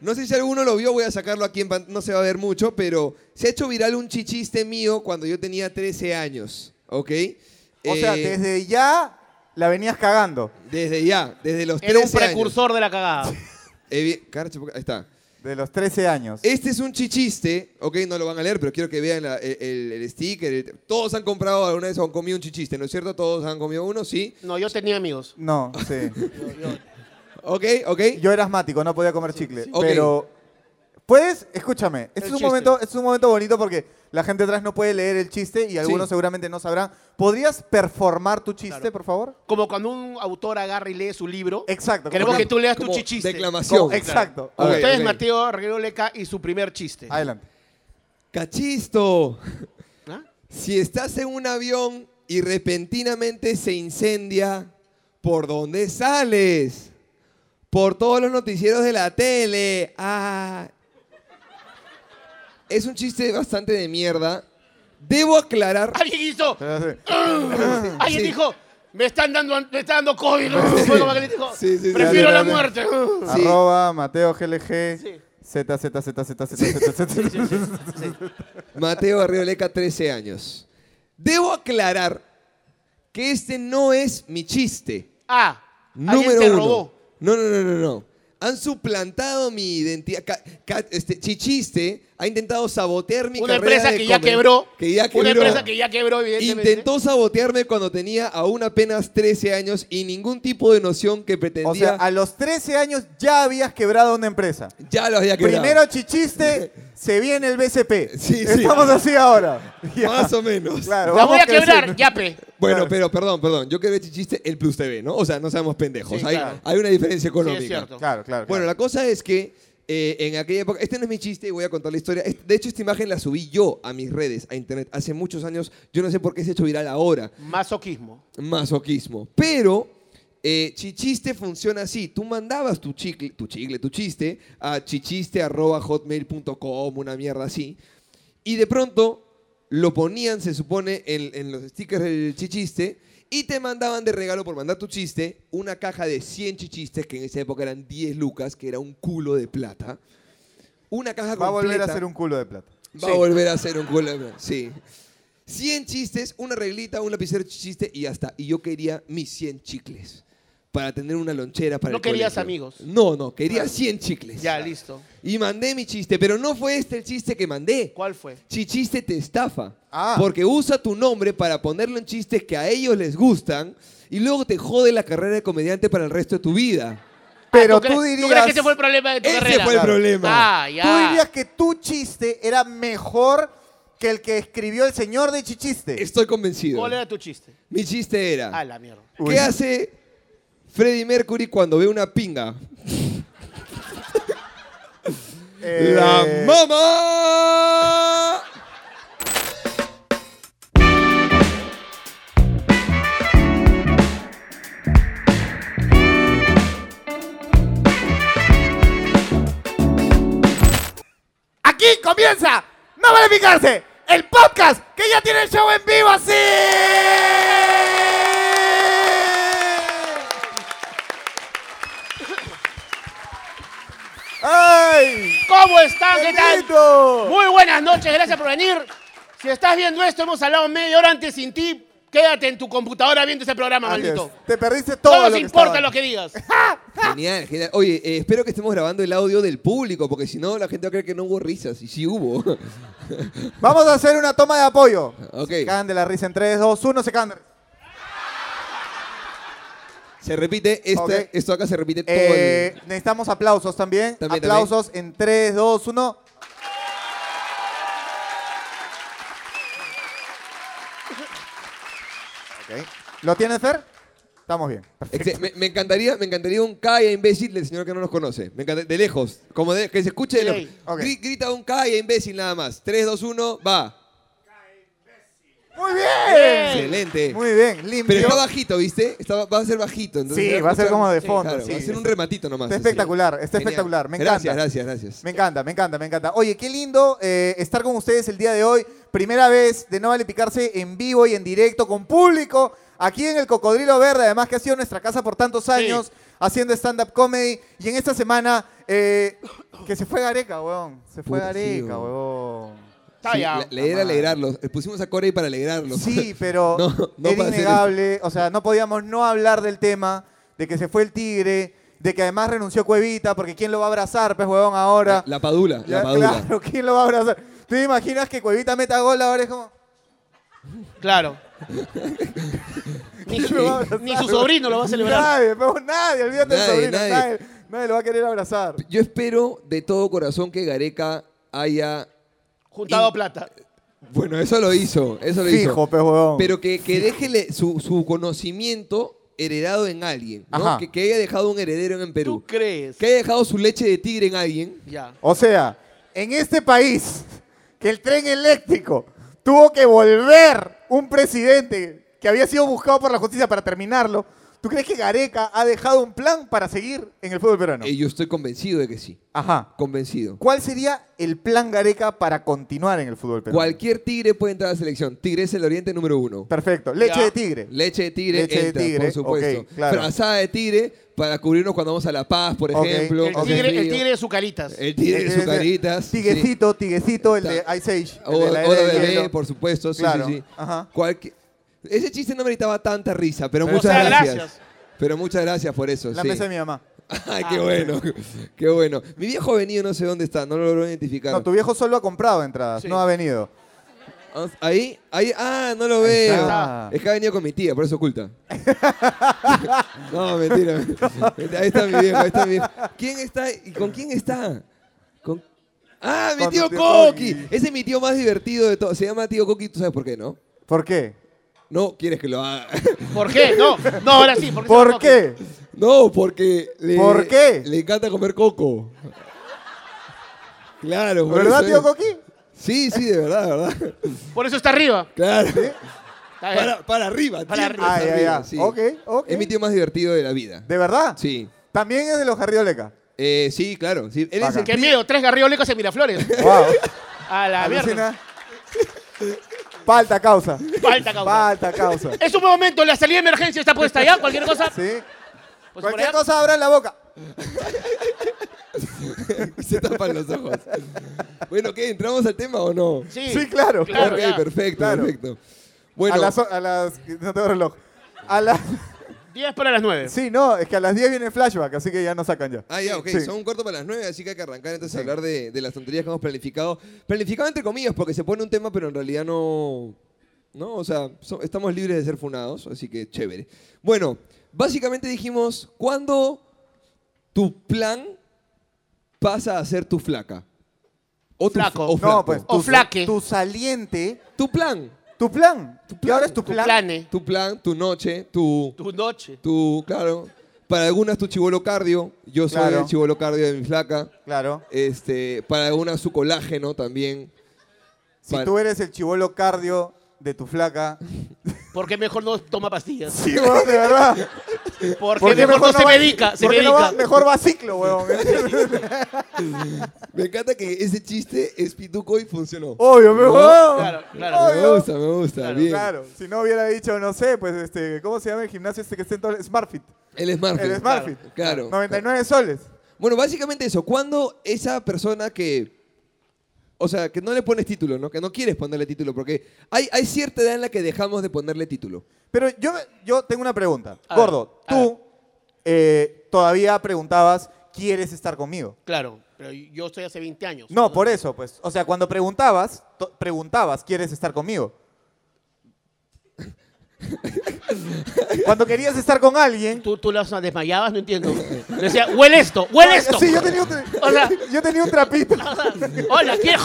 No sé si alguno lo vio, voy a sacarlo aquí, en pan- no se va a ver mucho, pero se ha hecho viral un chichiste mío cuando yo tenía 13 años, ¿ok? O sea, Eh, desde ya la venías cagando. desde ya, desde los 13 Era un Pues años. precursor de la cagada. Evi- Carche, ahí está. De los 13 años. Eh, Este es un chichiste, ok, no lo van a leer, pero quiero que vean la- el, el- el sticker. el- todos han comprado alguna vez o han comido un chichiste, ¿no es cierto? Todos han comido uno, sí. No, yo tenía amigos. No, sí. Ok, ok. Yo era asmático, no podía comer chicle. Ok. Pero. Puedes, escúchame, este El es, un chiste. momento, este es un momento bonito porque la gente atrás no puede leer el chiste y algunos Sí. seguramente no sabrán. ¿Podrías performar tu chiste, por favor? Como cuando un autor agarra y lee su libro. Exacto. Queremos como- que tú leas tu Como chichiste. declamación. Como- Exacto. Como Ok, ustedes, ok. Mateo Reguero Leca y su primer chiste. Adelante. Cachisto, ¿Ah? si estás en un avión y repentinamente se incendia, ¿por dónde sales? Por todos los noticieros de la tele. Ah. Es un chiste bastante de mierda. Debo aclarar. ¿Alguien hizo? Pero sí. ¿Alguien dijo? Me están dando, me está dando COVID. Fue como que le dijo, Sí, sí, sí. Prefiero Dale, dale. la muerte. Sí. Arroba Mateo GLG. Sí. Z, Z, Z, Z, Z, Z, Z, Z. Mateo Arrioleca, 13 años. Debo aclarar que este no es mi chiste. Ah, alguien Número te uno. robó. No, no, no, no, no. Han suplantado mi identidad. Ca- ca- este, Chichiste ha intentado sabotear mi Una carrera empresa de que ya comen- quebró. Que ya quebró. Una empresa que ya quebró, evidentemente. Intentó sabotearme cuando tenía aún apenas 13 años y ningún tipo de noción que pretendía. O sea, a los 13 años ya habías quebrado una empresa. ya lo había quebrado. Primero chichiste, se viene el BCP. Sí, sí. Estamos así ahora. Ya. Más o menos. Claro, La vamos voy a creciendo. quebrar, yape. Bueno, pero perdón, perdón. Yo quebré chichiste el Plus TV, ¿no? O sea, no seamos pendejos. Sí, hay, claro. hay una diferencia Sí, económica. es cierto. Claro, claro. Bueno, claro. la cosa es que eh, en aquella época, este no es mi chiste y voy a contar la historia. Es- De hecho, esta imagen la subí yo a mis redes, a internet, hace muchos años. Yo no sé por qué se ha hecho viral ahora. Masoquismo. Masoquismo. Pero eh, Chichiste funciona así. Tú mandabas tu chicle, tu chicle, tu chiste a chichiste.hotmail.com, una mierda así. Y de pronto lo ponían, se supone, en, en los stickers del chichiste. Y te mandaban de regalo por mandar tu chiste una caja de 100 chichistes, que en esa época eran 10 lucas, que era un culo de plata. Una caja Va a completa. volver a ser un culo de plata. Va a volver a ser un culo. Sí. 100 chistes, una reglita, un lapicero chiste y ya está. Y yo quería mis 100 chicles para tener una lonchera para No el querías colegio. amigos. Ah. No, no, quería 100 chicles. Ya, listo. Y mandé mi chiste, pero no fue este el chiste que mandé. ¿Cuál fue? Chichiste te estafa. Ah. Porque usa tu nombre para ponerlo en chistes que a ellos les gustan y luego te jode la carrera de comediante para el resto de tu vida. Pero Ah, tú crees- dirías. ¿Tú crees que ese fue el problema de tu Ese carrera? fue el problema. Ah, ya. Tú dirías que tu chiste era mejor que el que escribió el señor de Chichiste. Estoy convencido. ¿Cuál era tu chiste? Mi chiste era. Ah, la mierda. Uy. ¿Qué hace Freddie Mercury cuando ve una pinga? Eh, ¡La mamá! Aquí comienza No Vale Picarse, el podcast que ya tiene el show en vivo así. ¡Ay! ¿Cómo están? ¿Qué tal? ¡Felito! Muy buenas noches, gracias por venir. Si estás viendo esto, hemos hablado media hora antes sin ti. Quédate en tu computadora viendo ese programa, Así maldito. es, Te perdiste todo No nos lo que importa estaba. lo que digas. Genial, genial. Oye, eh, espero que estemos grabando el audio del público, porque si no, la gente va a creer que no hubo risas. Y sí hubo. Vamos a hacer una toma de apoyo. Ok. Se cagan de la risa en 3, 2, 1, se cagan. de- se repite, esto, Ok. esto acá se repite todo Eh, el. necesitamos aplausos también. También, también. aplausos en 3, 2, 1. ¿Lo tienes, Fer? Estamos bien. Ex- Me, me encantaría, me encantaría un calla imbécil del señor que no nos conoce. Me encanta- de lejos. Como de- que se escuche de Sí. lejos. Ok. Gri- Grita un calla imbécil nada más. 3, 2, 1, va. ¡Muy bien! Excelente. Eh, Muy bien, Pero limpio. está bajito, ¿viste? Está- va a ser bajito. entonces Sí, se va a ser escuchar- como de Sí, fondo, claro, sí. va a ser un rematito nomás. Está así. espectacular, está Genial. espectacular, me encanta. Gracias, gracias, gracias. Me encanta, me encanta, me encanta. Oye, qué lindo eh, estar con ustedes el día de hoy. Primera vez de No Vale Picarse en vivo y en directo con público. Aquí en el Cocodrilo Verde, además que ha sido nuestra casa por tantos años, haciendo stand-up comedy. Y en esta semana eh, Que se fue Gareca, weón. Se fue Puta, sí, Gareca, weón. weón. Está Sí, ya. la- leer, alegrarlos. Eh, Pusimos a Corey para alegrarlos. Sí, pero No, no era para hacer innegable. O sea, no podíamos no hablar del tema, de que se fue el Tigre, de que además renunció Cuevita, porque ¿quién lo va a abrazar, pues, huevón, ahora? La, la padula, la Ya, padula. Claro, ¿quién lo va a abrazar? ¿Tú te imaginas que Cuevita meta gol ahora? Es como... Claro. ni, ¿quién lo va a abrazar, ni su huevón? sobrino lo va a celebrar. Nadie, pero nadie, olvídate del Nadie, sobrino. Nadie. nadie. nadie lo va a querer abrazar. Yo espero de todo corazón que Gareca haya. Juntado Y- plata. Bueno, eso lo hizo, eso lo Fijo, hizo. pues, huevón. Pero que, que déjele su, su conocimiento heredado en alguien, Ajá. ¿no? Que, que haya dejado un heredero en Perú. ¿Tú crees? Que haya dejado su leche de tigre en alguien. Ya. O sea, en este país, que el tren eléctrico tuvo que volver un presidente que había sido buscado por la justicia para terminarlo, ¿tú crees que Gareca ha dejado un plan para seguir en el fútbol peruano? Eh, yo estoy convencido de que sí. Ajá. Convencido. ¿Cuál sería el plan Gareca para continuar en el fútbol peruano? Cualquier tigre puede entrar a la selección. Tigre es el oriente número uno. Perfecto. Leche Ya. de tigre. Leche de tigre, Leche de entra, tigre, por supuesto. ok, claro. Frazada de tigre para cubrirnos cuando vamos a La Paz, por Ok, ejemplo. El ok. Eh. tigre, el Dios mío. tigre de sucaritas. El tigre de sus Ese- caritas. sí. Tiguecito, tiguecito, el de Está- Ice Age. el O, de la era Oro del Bebé, hielo. por supuesto. Sí, Claro, sí, sí. ajá. Cualque- Ese chiste no meritaba tanta risa, pero O muchas sea, gracias. gracias. Pero muchas gracias por eso. La sí. mesa de mi mamá. Ay, qué bueno. Qué bueno. Mi viejo venido no sé dónde está, no lo logró identificar. No, tu viejo solo ha comprado entradas, Sí. no ha venido. Ah, Ahí, ahí, ah, no lo Ahí veo. está. Es que ha venido con mi tía, por eso oculta. no, mentira. Ahí está mi viejo, ahí está mi viejo. ¿Quién está? ¿Y con quién está? Con- Ah, mi Con tío tu tío Coqui. Coqui. Ese es mi tío más divertido de todos. Se llama tío Coqui, ¿tú sabes por qué, no? ¿Por qué? No, quieres que lo haga. ¿Por qué? No, no, ahora sí. ¿Por qué? ¿Por qué? no, porque le, ¿Por qué? le encanta comer coco. Claro, por eso ¿Verdad, tío es. Coqui? Sí, sí, de verdad, de verdad. Por eso está arriba. Claro. Está bien. Para, para arriba, Para siempre arriba. para Ah, ya, ya. arriba, sí. Ok, ok. Es mi tío más divertido de la vida. ¿De verdad? Sí. También es de los Jarrioleca. Eh, sí, claro. sí. Él es Bacán. el Qué tío- miedo, tres garriolecos en Miraflores. Wow. A la mierda. Alucina. Falta causa. Falta causa. Pues Falta causa. Es un momento, la salida de emergencia está puesta ya, cualquier cosa. ¿Sí? pues, por Cualquier allá. cosa abran la boca. Se tapan los ojos. bueno, ¿qué? ¿Entramos al tema o no? Sí, Sí, claro. ok, ya. perfecto, Claro. perfecto. Bueno, A las... o- A las no tengo reloj. A las... 10 para las 9. Sí, no, es que a las 10 viene flashback, así que ya no sacan ya. ah, ya, ok. Sí. Son un corto para las nueve, así que hay que arrancar entonces a hablar de, de las tonterías que hemos planificado. Planificado entre comillas, porque se pone un tema, pero en realidad no. No, o sea, so- estamos libres de ser funados, así que chévere. Bueno, básicamente dijimos: ¿cuándo tu plan pasa a ser tu flaca? O tu Flaco. o No, flaco. pues. O tu- flaque. Tu saliente. Tu plan. Tu plan. Tu Y ahora es plan. tu Tu plan. plane, Tu plan, tu noche, tu. tu noche. Tu, claro. Para algunas tu chivolo cardio. Yo soy Claro. el chivolo cardio de mi flaca. Claro. Este, para algunas su colágeno también. Si Para- tú eres el chivolo cardio de tu flaca. ¿Por qué mejor no toma pastillas? Sí, weón, de verdad. ¿Por qué Porque mejor, no, se va- medica? Se porque no va- medica. mejor va a ciclo, weón. Me encanta que ese chiste es pituco y funcionó. Obvio, me No, claro, claro. Me gusta, me gusta. Claro, bien. Oh, Claro, si no hubiera dicho, no sé, pues este, ¿cómo se llama el gimnasio este que está en todo? Smartfit. El smartphone. El Smartfit. Claro. 99 soles. Bueno, básicamente eso. Cuando esa persona que. O sea, que no le pones título, ¿no? Que no quieres ponerle título, porque hay, hay cierta edad en la que dejamos de ponerle título. Pero yo, yo tengo una pregunta. A Gordo, ver, a tú eh, todavía preguntabas, ¿quieres estar conmigo? Claro, pero yo estoy hace 20 años. No, por eso, pues. O sea, cuando preguntabas, to- preguntabas, ¿quieres estar conmigo? cuando querías estar con alguien, Tú, tú las desmayabas, no entiendo. Decía, huele esto, huele esto. Sí, yo tenía un, tra- O sea- yo tenía un trapito. Hola, ¿quién?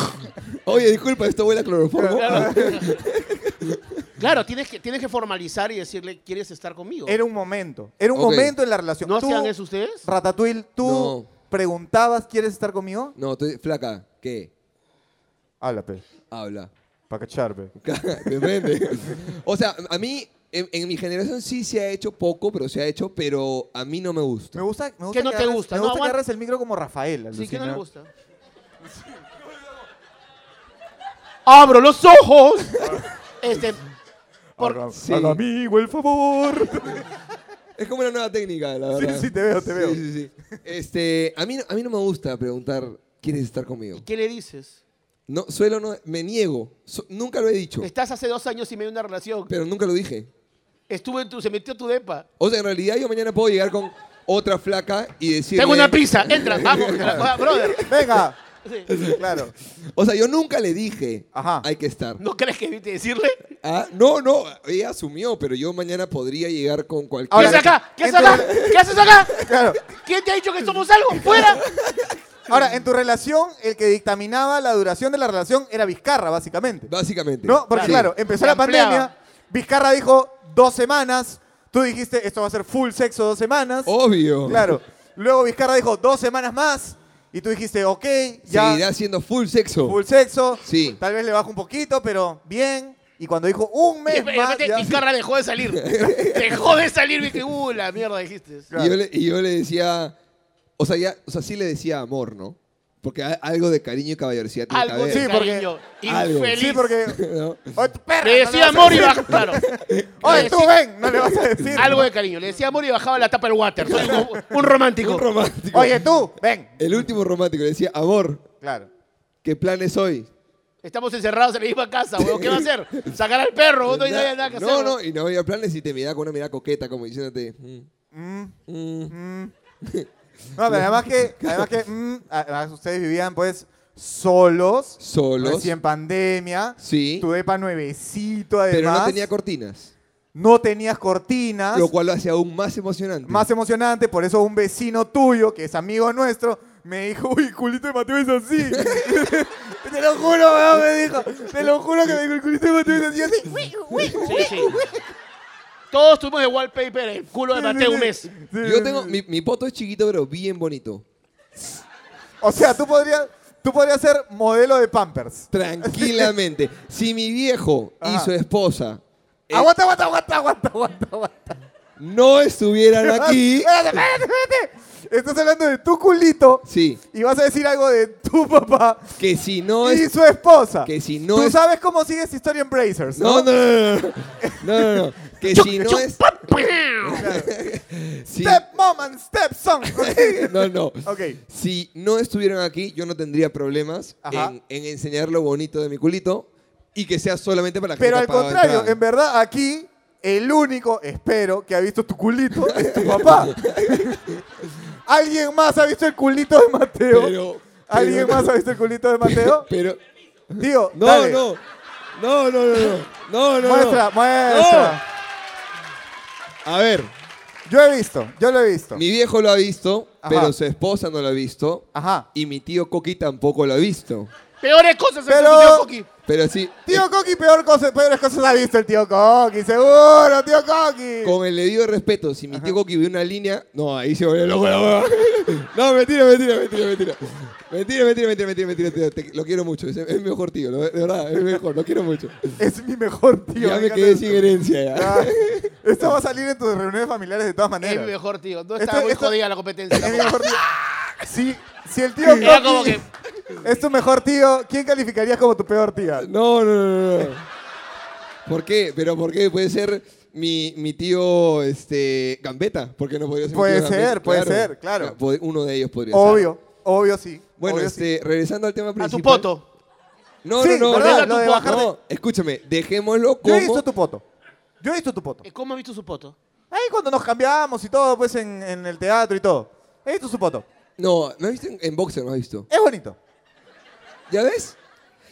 Oye, disculpa, esto huele a cloroformo. Claro, Claro, tienes, que, tienes que formalizar y decirle, ¿quieres estar conmigo? Era un momento. Era un Ok. momento en la relación. ¿No Tú, hacían eso ustedes? Ratatouille, tú No. preguntabas, ¿quieres estar conmigo? No, estoy flaca. ¿Qué? Habla, pe. Habla. Pa' cachar, pe. Depende. O sea, a mí, en, en mi generación sí se ha hecho poco, pero se ha hecho, pero a mí no me gusta. Me gusta, me gusta ¿Qué no que te agarres- gusta? Me No, gusta que aguanta. agarres el micro como Rafael. Sí, ¿qué alucina. no le gusta? ¡Abro los ojos! este, por- Haga- Sí. haga amigo el favor. Es como una nueva técnica, la Sí, verdad. sí, te veo, te veo. Sí, sí, sí. Este, a mí, no- a mí no me gusta preguntar, ¿Quieres estar conmigo? ¿Qué le dices? No, suelo no, me niego. Su- nunca lo he dicho, Estás hace dos años y medio en una relación. pero nunca lo dije. Estuvo en tu, se metió a tu depa. O sea, en realidad yo mañana puedo llegar con otra flaca y decirle... Tengo una pizza, entra, vamos, ah, brother. Venga, Sí. claro. O sea, yo nunca le dije, Ajá. hay que estar. ¿No crees que viste decirle? Ah, no, no, ella asumió, pero yo mañana podría llegar con cualquier... ¿Qué Ahora, haces acá? ¿Qué haces acá? ¿Qué haces acá? Claro. ¿Quién te ha dicho que somos algo? ¡Fuera! Eh, Ahora, en tu relación, el que dictaminaba la duración de la relación era Vizcarra, básicamente. Básicamente. No, porque claro, Claro. empezó Se la ampliaba. pandemia, Vizcarra dijo dos semanas, tú dijiste esto va a ser full sexo dos semanas. Obvio. Claro. Luego Vizcarra dijo dos semanas más y tú dijiste, ok, ya Seguirá siendo full sexo. full sexo, Sí. tal vez le bajo un poquito, pero bien. Y cuando dijo un eh, Y mes de más, repente ya- Vizcarra dejó de salir. Dejó de salir, dije, uh, la mierda dijiste. Claro. Y, yo le, y yo le decía, o sea, ya, o sea, sí le decía amor, ¿no? Porque a- algo de cariño y caballerosidad tiene que Algo haber. de Sí, porque- cariño. Algo. Infeliz. sí, porque... ¿no? "Oye, tu perra, Le no decía vas a amor y decir". bajaba. Claro. Le Oye, tú decía- ven, no le vas a decir. Algo de cariño. Le decía amor y bajaba la tapa del water. Soy un, un romántico. Un romántico. Oye, tú, ven. El último romántico le decía, amor, Claro. ¿qué planes hoy? Estamos encerrados en la misma casa, weón. ¿Qué va a hacer? Sacar al perro, no hay nada, nada que hacer. no, no, y no había planes y te miraba con una mirada coqueta, como diciéndote. mm, mm. No, pero además que, además que mm, además ustedes vivían pues solos. Solos. Recién pandemia. Sí. Tu depa nuevecito además. Pero no tenía cortinas, No tenías cortinas. lo cual lo hacía aún más emocionante. Más emocionante, por eso un vecino tuyo, que es amigo nuestro, me dijo, uy, culito de Mateo es así. te lo juro, weón, me dijo. Te lo juro que me dijo, el culito de Mateo es así. así. "Uy, uy, uy". Sí, sí. Todos tuvimos de wallpaper el culo de Mateo un mes. Yo tengo, mi, mi poto es chiquito, pero bien bonito. O sea, tú podrías, tú podrías ser modelo de Pampers. Tranquilamente. si mi viejo Ajá. y su esposa eh, Aguanta, aguanta, aguanta, aguanta, aguanta, aguanta. no estuvieran aquí, Espérate, espérate, espérate. Estás hablando de tu culito sí, y vas a decir algo de tu papá que si no y es su esposa. que si no Tú es- sabes cómo sigue esta historia en Brazers, No, ¿no? no, no, no. No, no, no. Que si no es. si- Step mom and step son. no, no. ok. Si no estuvieran aquí, yo no tendría problemas Ajá. en, en enseñar lo bonito de mi culito y que sea solamente para la Pero al gente. que ha pagado contrario, entrada. en verdad aquí el único, espero, que ha visto tu culito es tu papá. ¿Alguien más ha visto el culito de Mateo? Pero- ¿Alguien pero- más ha visto el culito de Mateo? Pero. Tío, No, dale. no. No, no, no, no. No, no, no. Muestra, muestra. A ver, Yo he visto, yo lo he visto. mi viejo lo ha visto, Ajá. pero su esposa no lo ha visto. Ajá. Y mi tío Coqui tampoco lo ha visto. Peores cosas en Pero- el tío Coqui. Pero sí. Tío Coqui, peor cosa, peores cosas ha visto el tío Coqui, seguro, tío Coqui. Con el debido respeto, si mi tío Coqui ve una línea, no, ahí se vuelve loco la hueva. No, mentira, mentira, mentira, mentira. Mentira, mentira, mentira, mentira, mentira. tío, te- lo quiero mucho, es, es mi mejor tío, lo- de verdad, es mejor, lo quiero mucho. Es mi mejor tío. ya me fíjate quedé esto. sin herencia ya. Ah, Esto va a salir en tus reuniones familiares de todas Es maneras. mi mejor tío. No Esto- estaba muy esto- jodida la competencia. Es mi mejor tampoco. tío. Si, si el tío Coqui Era como que- es tu mejor tío, ¿quién calificarías como tu peor tía? No, no, no, no, no. ¿Por qué? Pero ¿por qué? Puede ser mi, mi tío este, Gambeta, porque no podría ser mi Puede tío Gambetta? ser, puede ser, claro. Ah, pod- Uno de ellos podría ser. Obvio, obvio sí. Bueno, obvio sí. este, regresando al tema A tu principal. poto. No, Sí, no, no, ¿verdad? no, Lo de no, bajar de- no, escúchame, dejémoslo Yo como... he visto tu poto. Yo he visto tu poto. Eh, ¿Cómo ha visto su poto? Ahí cuando nos cambiamos y todo, pues en, en el teatro y todo. He visto su poto. No, no has visto en, en boxer, no has visto. Es bonito. ¿Ya ves?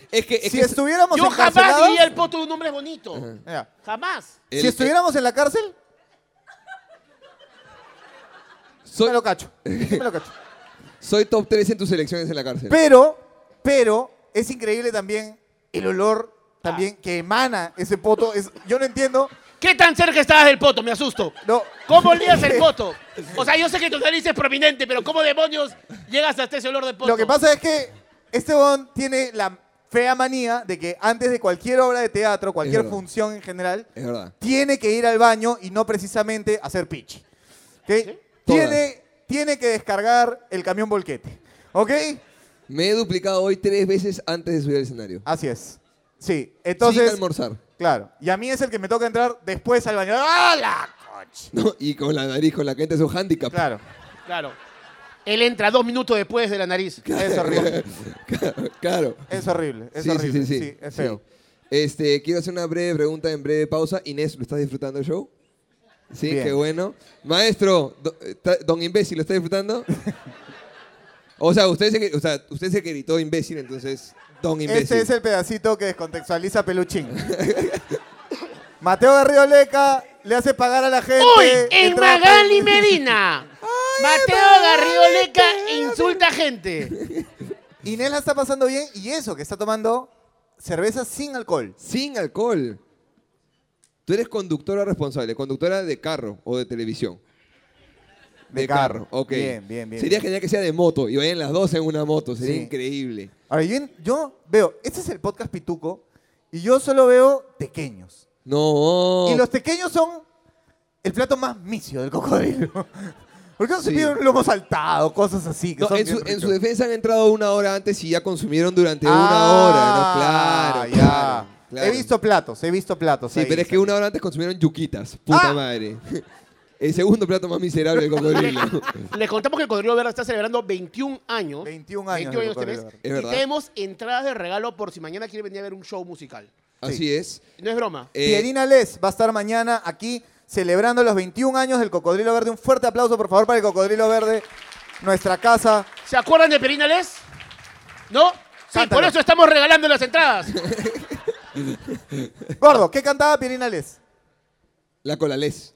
Es que, es si que estuviéramos Yo jamás encarcelados- diría el poto de un hombre bonito. Mira, Jamás. el- si estuviéramos en la cárcel, soy, me lo cacho. Me lo cacho. soy top 3 en tus elecciones en la cárcel. Pero, pero, es increíble también el olor Ah. también que emana ese poto. Es, yo no entiendo. ¿Qué tan cerca estabas del poto? Me asusto. No. ¿Cómo olías el poto? O sea, yo sé que tu nariz es prominente, pero ¿cómo demonios llegas hasta ese olor de poto? Lo que pasa es que este bon tiene la fea manía de que antes de cualquier obra de teatro, cualquier verdad. función en general, Es verdad. tiene que ir al baño y no precisamente hacer pitch. ¿Ok? Tiene, tiene que descargar el camión volquete. ¿Ok? Me he duplicado hoy tres veces antes de subir al escenario. Así es. Sí. Sin Entonces, almorzar. claro. Y a mí es el que me toca entrar después al baño. ¡Ah, la coche! ¿no? Y con la nariz, con la que entra es un handicap. Claro. Claro. Él entra dos minutos después de la nariz. Es horrible. claro. Es horrible. Es Sí, sí, horrible. sí, sí. es Sí. feo. Este, quiero hacer una breve pregunta en breve pausa. Inés, ¿lo estás disfrutando el show? Sí, Bien. qué bueno. Maestro, do- eh, ta- don imbécil, ¿lo está disfrutando? o sea, usted se, que- o sea, usted se que gritó imbécil, entonces, don imbécil. Este es el pedacito que descontextualiza a Peluchín. Mateo de Rioleca le hace pagar a la gente. Uy, en entrada para- Magali Medina. Mateo Garrido Leca insulta a gente. Inés la está pasando bien y eso, que está tomando cerveza sin alcohol. Sin alcohol. Tú eres conductora responsable, conductora de carro o de televisión. De carro. ok. Bien, bien, bien. Sería genial que sea de moto y vayan las dos en una moto, sería Sí. increíble. Ahora, yo, en- yo veo, este es el podcast Pituco y yo solo veo pequeños. No. Y los pequeños son el plato más misio del cocodrilo. ¿Por qué no se Sí. piden un lomo saltado, cosas así? Que No, son en, bien su, en su ricos? defensa han entrado una hora antes y ya consumieron durante Ah, una hora. No, claro, ya. claro, claro. He visto platos, he visto platos. Sí, ahí, pero es que ahí. una hora antes consumieron yuquitas. Puta Ah. madre. El segundo plato más miserable del cocodrilo. Les contamos que el Codrillo Verde está celebrando 21 años. 21 años del este Cocodrilo mes. Verde. Es Y verdad. tenemos entradas de regalo por si mañana quiere venir a ver un show musical. Así es. No es broma. Eh, Pierina Les va a estar mañana aquí celebrando los 21 años del Cocodrilo Verde. Un fuerte aplauso, por favor, para el Cocodrilo Verde, nuestra casa. ¿Se acuerdan de Perina Les? ¿No? Sí, Cántalo. por eso estamos regalando las entradas. Gordo, ¿qué cantaba Pierina Les? la colales.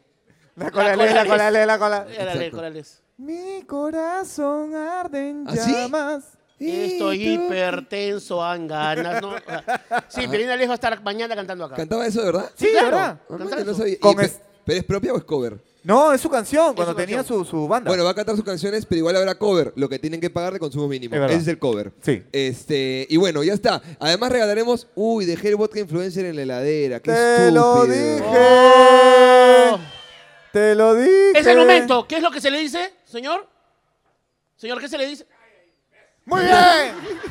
La cola, Les, la cola, Les, la cola. Era Les, con la Les. Mi corazón arde en ¿Ah, sí? llamas. Estoy Y tú- hipertenso, han ganas. ¿no? Sí, Perina Les va a estar mañana cantando acá. ¿Cantaba eso de verdad? Sí, claro. ¿verdad? Ah, Cantaba madre, no eso. sabía. Y Con pe- es- ¿Pero es propia o es cover? No, es su canción, cuando su tenía canción. su, su banda. Bueno, va a cantar sus canciones, pero igual habrá cover. Lo que tienen que pagar de consumo mínimo. Es verdad. Ese es el cover. Sí. Este, y bueno, ya está. Además regalaremos... Uy, dejé el vodka influencer en la heladera. Qué Te lo estúpido. dije. Te lo dije. Es el momento. ¿Qué es lo que se le dice, señor? Señor, ¿qué se le dice? Muy bien.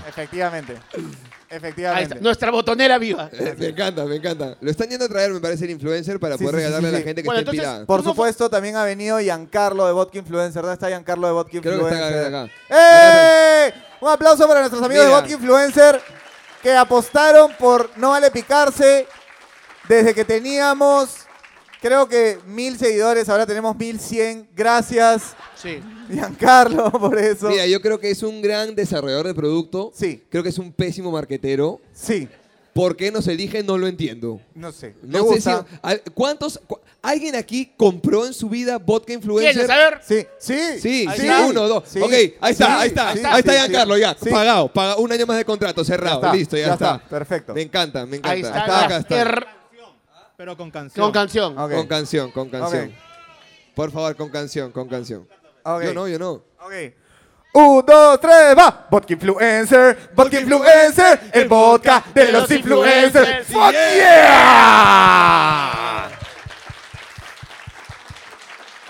Efectivamente. Ahí está, Efectivamente. nuestra botonera viva. Eh, Me encanta, me encanta. Lo están yendo a traer, me parece, el influencer para Sí, poder sí, sí, regalarle sí, a sí. la gente que Bueno, esté entonces, pirada. Por ¿Cómo fue? supuesto, también ha venido Giancarlo de Vodka Influencer. ¿Dónde está Giancarlo de Vodka Creo que está Influencer? acá. ¡Eh! Un aplauso para nuestros amigos de Mira. Vodka Influencer que apostaron por no vale picarse desde que teníamos, creo que mil seguidores, ahora tenemos mil cien. Gracias, Sí. Giancarlo, por eso. Mira, yo creo que es un gran desarrollador de producto. Sí. Creo que es un pésimo marquetero. Sí, ¿Por qué nos elige? No lo entiendo. no sé. Me No sé si, gusta. al- ¿Cuántos? cu- ¿Alguien aquí compró en su vida vodka influencer? ¿Quieren saber? Sí, sí, Sí, Ahí sí, está. uno, dos. Sí, ok, ahí está, sí, ahí está, sí, ahí está sí, Giancarlo, sí. ya, Sí. pagado, paga- un año más de contrato, cerrado, Ya está, listo, ya, ya está. está, perfecto. Me encanta, me encanta. Ahí está. Acá, acá la está. Ah, er- Pero con canción. Con canción. Ok, Con canción, con canción. Ok. Por favor, con canción, con canción. ok. Yo no, yo no. Ok. Un, dos, tres, va. Vodka influencer, vodka influencer, el vodka de los influencers. ¡Fuck yeah!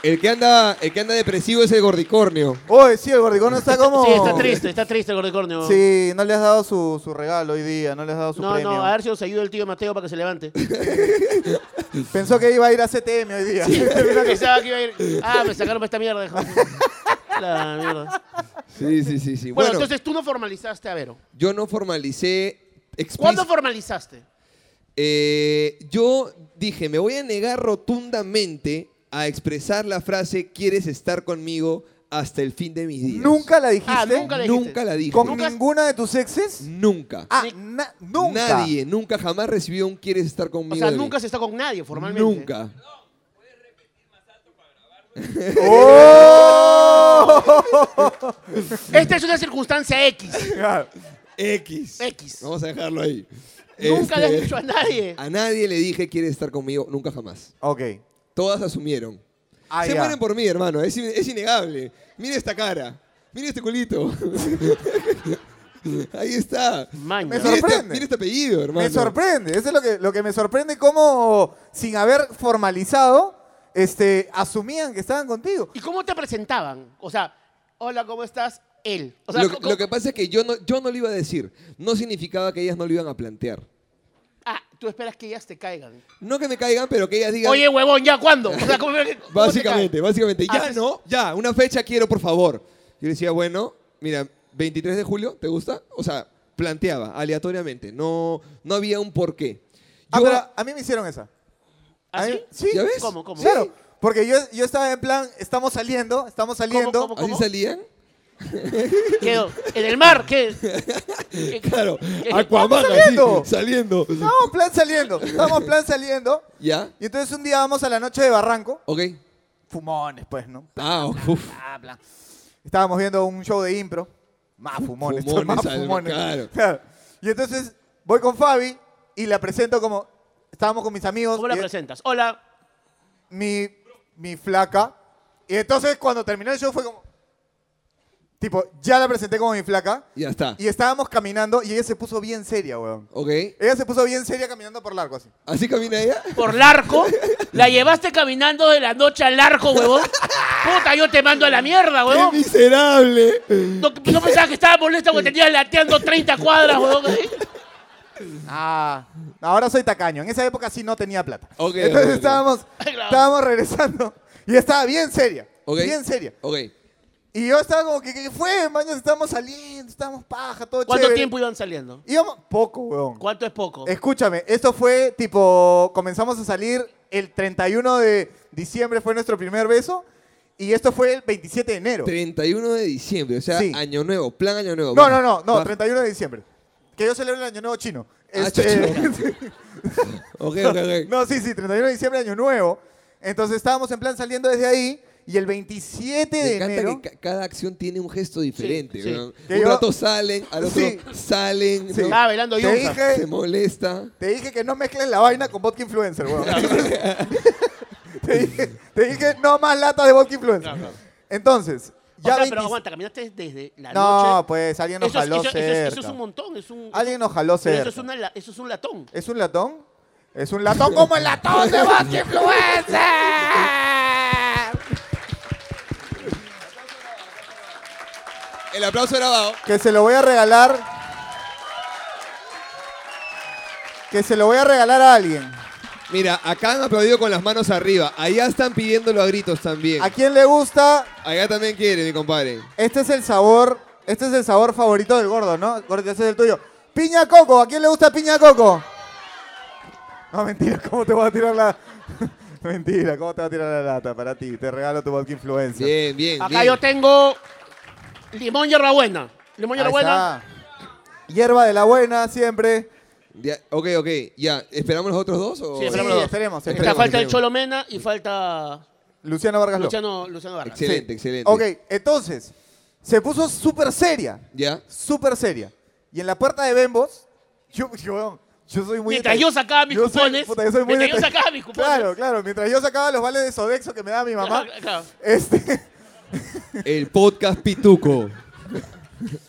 El que anda, el que anda depresivo es el gordicornio. Oye, sí, el gordigón está como. Sí, está triste, está triste el gordicornio. Sí, no le has dado su, su regalo hoy día, no le has dado su No, premio. no, a ver si nos ayuda el tío Mateo para que se levante. Pensó que iba a ir a CTM hoy día. Pensaba que iba a ir. Ah, me sacaron para esta mierda. hijo. La mierda. Bueno, Sí, sí, sí, sí. Bueno, entonces tú no formalizaste a Vero. yo no formalicé. explíc- ¿Cuándo formalizaste? Eh, yo dije, me voy a negar rotundamente a expresar la frase ¿Quieres estar conmigo hasta el fin de mis días? ¿Nunca la dijiste? Ah, nunca la dijiste. Nunca la dije. ¿Con Nunca- ninguna de tus exes? Nunca. Ah, Ni- na- nunca. Nadie, nunca jamás recibió un quieres estar conmigo. O sea, de mí. nunca se está con nadie formalmente. Nunca. ¡Oh! Esta es una circunstancia X. X. X. Vamos a dejarlo ahí. Nunca le has Este, dicho a nadie. A nadie le dije quieres estar conmigo, nunca jamás. ok. Todas asumieron. Ah, Se ya. mueren por mí, hermano. Es, in- es innegable. Mira esta cara. Mira este culito. Ahí está. Maña. Me Mira este- sorprende. mira este apellido, hermano. Me sorprende, eso es lo que, lo que me sorprende, cómo sin haber formalizado, este, asumían que estaban contigo. ¿Y cómo te presentaban? O sea, hola, ¿cómo estás? Él. O sea, lo, ¿cómo- lo que pasa es que yo no, yo no lo iba a decir. No significaba que ellas no lo iban a plantear. Ah, tú esperas que ellas te caigan. No que me caigan, pero que ellas digan. Oye, huevón, ¿ya cuándo? O sea, ¿cómo- cómo te caen? ¿Ah, básicamente, básicamente. Ya Haces- no, ya. Una fecha quiero, por favor. Yo le decía, bueno, mira, 23 de julio, ¿te gusta? O sea, planteaba aleatoriamente, no, no había un porqué. Ah, Yo- pero a mí me hicieron esa. ¿Ah, A mí- eh? ¿Así? Sí. ¿Ya ves? ¿Cómo, cómo? Claro, porque yo, yo estaba en plan, estamos saliendo, estamos saliendo. cómo, ¿Así ¿Cómo? salían? ¿Qué? ¿En el mar? ¿Qué? ¿Qué- Claro, qué- Aquaman así, saliendo. saliendo. Estábamos en plan saliendo, estábamos en plan saliendo. ¿Ya? Y entonces un día vamos a la noche de Barranco. Ok. Fumones, pues, ¿no? Ah, uf. Bla, bla. Estábamos viendo un show de impro. Más fumones, Fumones, más al- fumones. claro. Y entonces voy con Fabi y la presento como. Estábamos con mis amigos. ¿Cómo la y- presentas? Hola. mi, mi flaca. Y entonces cuando terminó el show fue como. Tipo, ya la presenté como mi flaca. Ya está. Y estábamos caminando y ella se puso bien seria, weón. Ok. Ella se puso bien seria caminando por largo así. ¿Así camina ella? por Larco. La llevaste caminando de la noche al Larco, huevón. Puta, yo te mando a la mierda, ¡Qué huevón. miserable! No, no pensaba que estaba molesta porque tenías lateando 30 cuadras, huevón. Ah, ahora soy tacaño. En esa época sí no tenía plata. Ok, entonces ok, ok. estábamos, Claro. estábamos regresando y estaba bien seria. Ok. Bien seria. Ok. Y yo estaba como que, ¿qué fue? Mañana estábamos saliendo, estábamos paja, todo ¿Cuánto chévere. tiempo iban saliendo? Íbamos, poco, weón. ¿Cuánto es poco? Escúchame, esto fue tipo, comenzamos a salir el 31 de diciembre fue nuestro primer beso y esto fue el 27 de enero. 31 de diciembre, o sea, Sí. año nuevo, plan año nuevo. No, Baja, no, no, no, baja. 31 de diciembre. Que yo celebro el año nuevo chino. Este, Ah, Ok, ok, ok. no, sí, sí, 31 de diciembre, año nuevo. Entonces estábamos en plan saliendo desde ahí y el 27 Me de encanta enero... que ca- cada acción tiene un gesto diferente. sí. ¿no? Que Un yo- rato salen, al otro Sí. salen, Sí. ¿no? Estaba bailando Te Yonza. se dije, molesta. te dije que no mezcles la vaina con vodka influencer, weón. te, dije, te dije no más latas de vodka influencer. Claro, claro. Entonces, O ya sea, pero 20 aguanta, caminaste desde la No, noche. pues alguien nos eso, es- jaló eso- eso es- cerca. eso es un montón, es un. Alguien nos jaló pero cerca. Eso es, una la- eso es un latón. ¿Es un latón? Es un latón como el latón de Vodka Influencer. El aplauso grabado. Que se lo voy a regalar. Que se lo voy a regalar a alguien. Mira, acá han aplaudido con las manos arriba. Allá están pidiéndolo a gritos también. ¿A quién le gusta? Allá también quiere, mi compadre. Este es el sabor. Este es el sabor favorito del gordo, ¿no? Gordo, ese es el tuyo. Piña coco. ¿A quién le gusta piña coco? No, mentira. ¿Cómo te voy a tirar la.? mentira. ¿Cómo te voy a tirar la lata para ti? Te regalo tu vodka influencer. Bien, bien. Acá bien. yo tengo limón y hierbabuena. Limón y Ahí hierbabuena. está. Hierba de la buena, siempre. Ya, ok, ok, ya. ¿Esperamos los otros dos? O... Sí, Sí, esperamos los dos. esperemos, Está, esperemos. falta el esperemos. Cholomena y falta Luciano Vargas López. Luciano, Luciano Vargas. Excelente. excelente. Ok, entonces, se puso súper seria. ¿Ya? Súper seria. Y en la puerta de Bembos, yo, yo, yo soy muy... Mientras detall- yo sacaba mis yo soy- cupones, puta, yo soy muy mientras yo detall- sacaba mis cupones. Claro, claro. Mientras yo sacaba los vales de Sodexo que me daba mi mamá, Claro, claro. este, El podcast Pituco.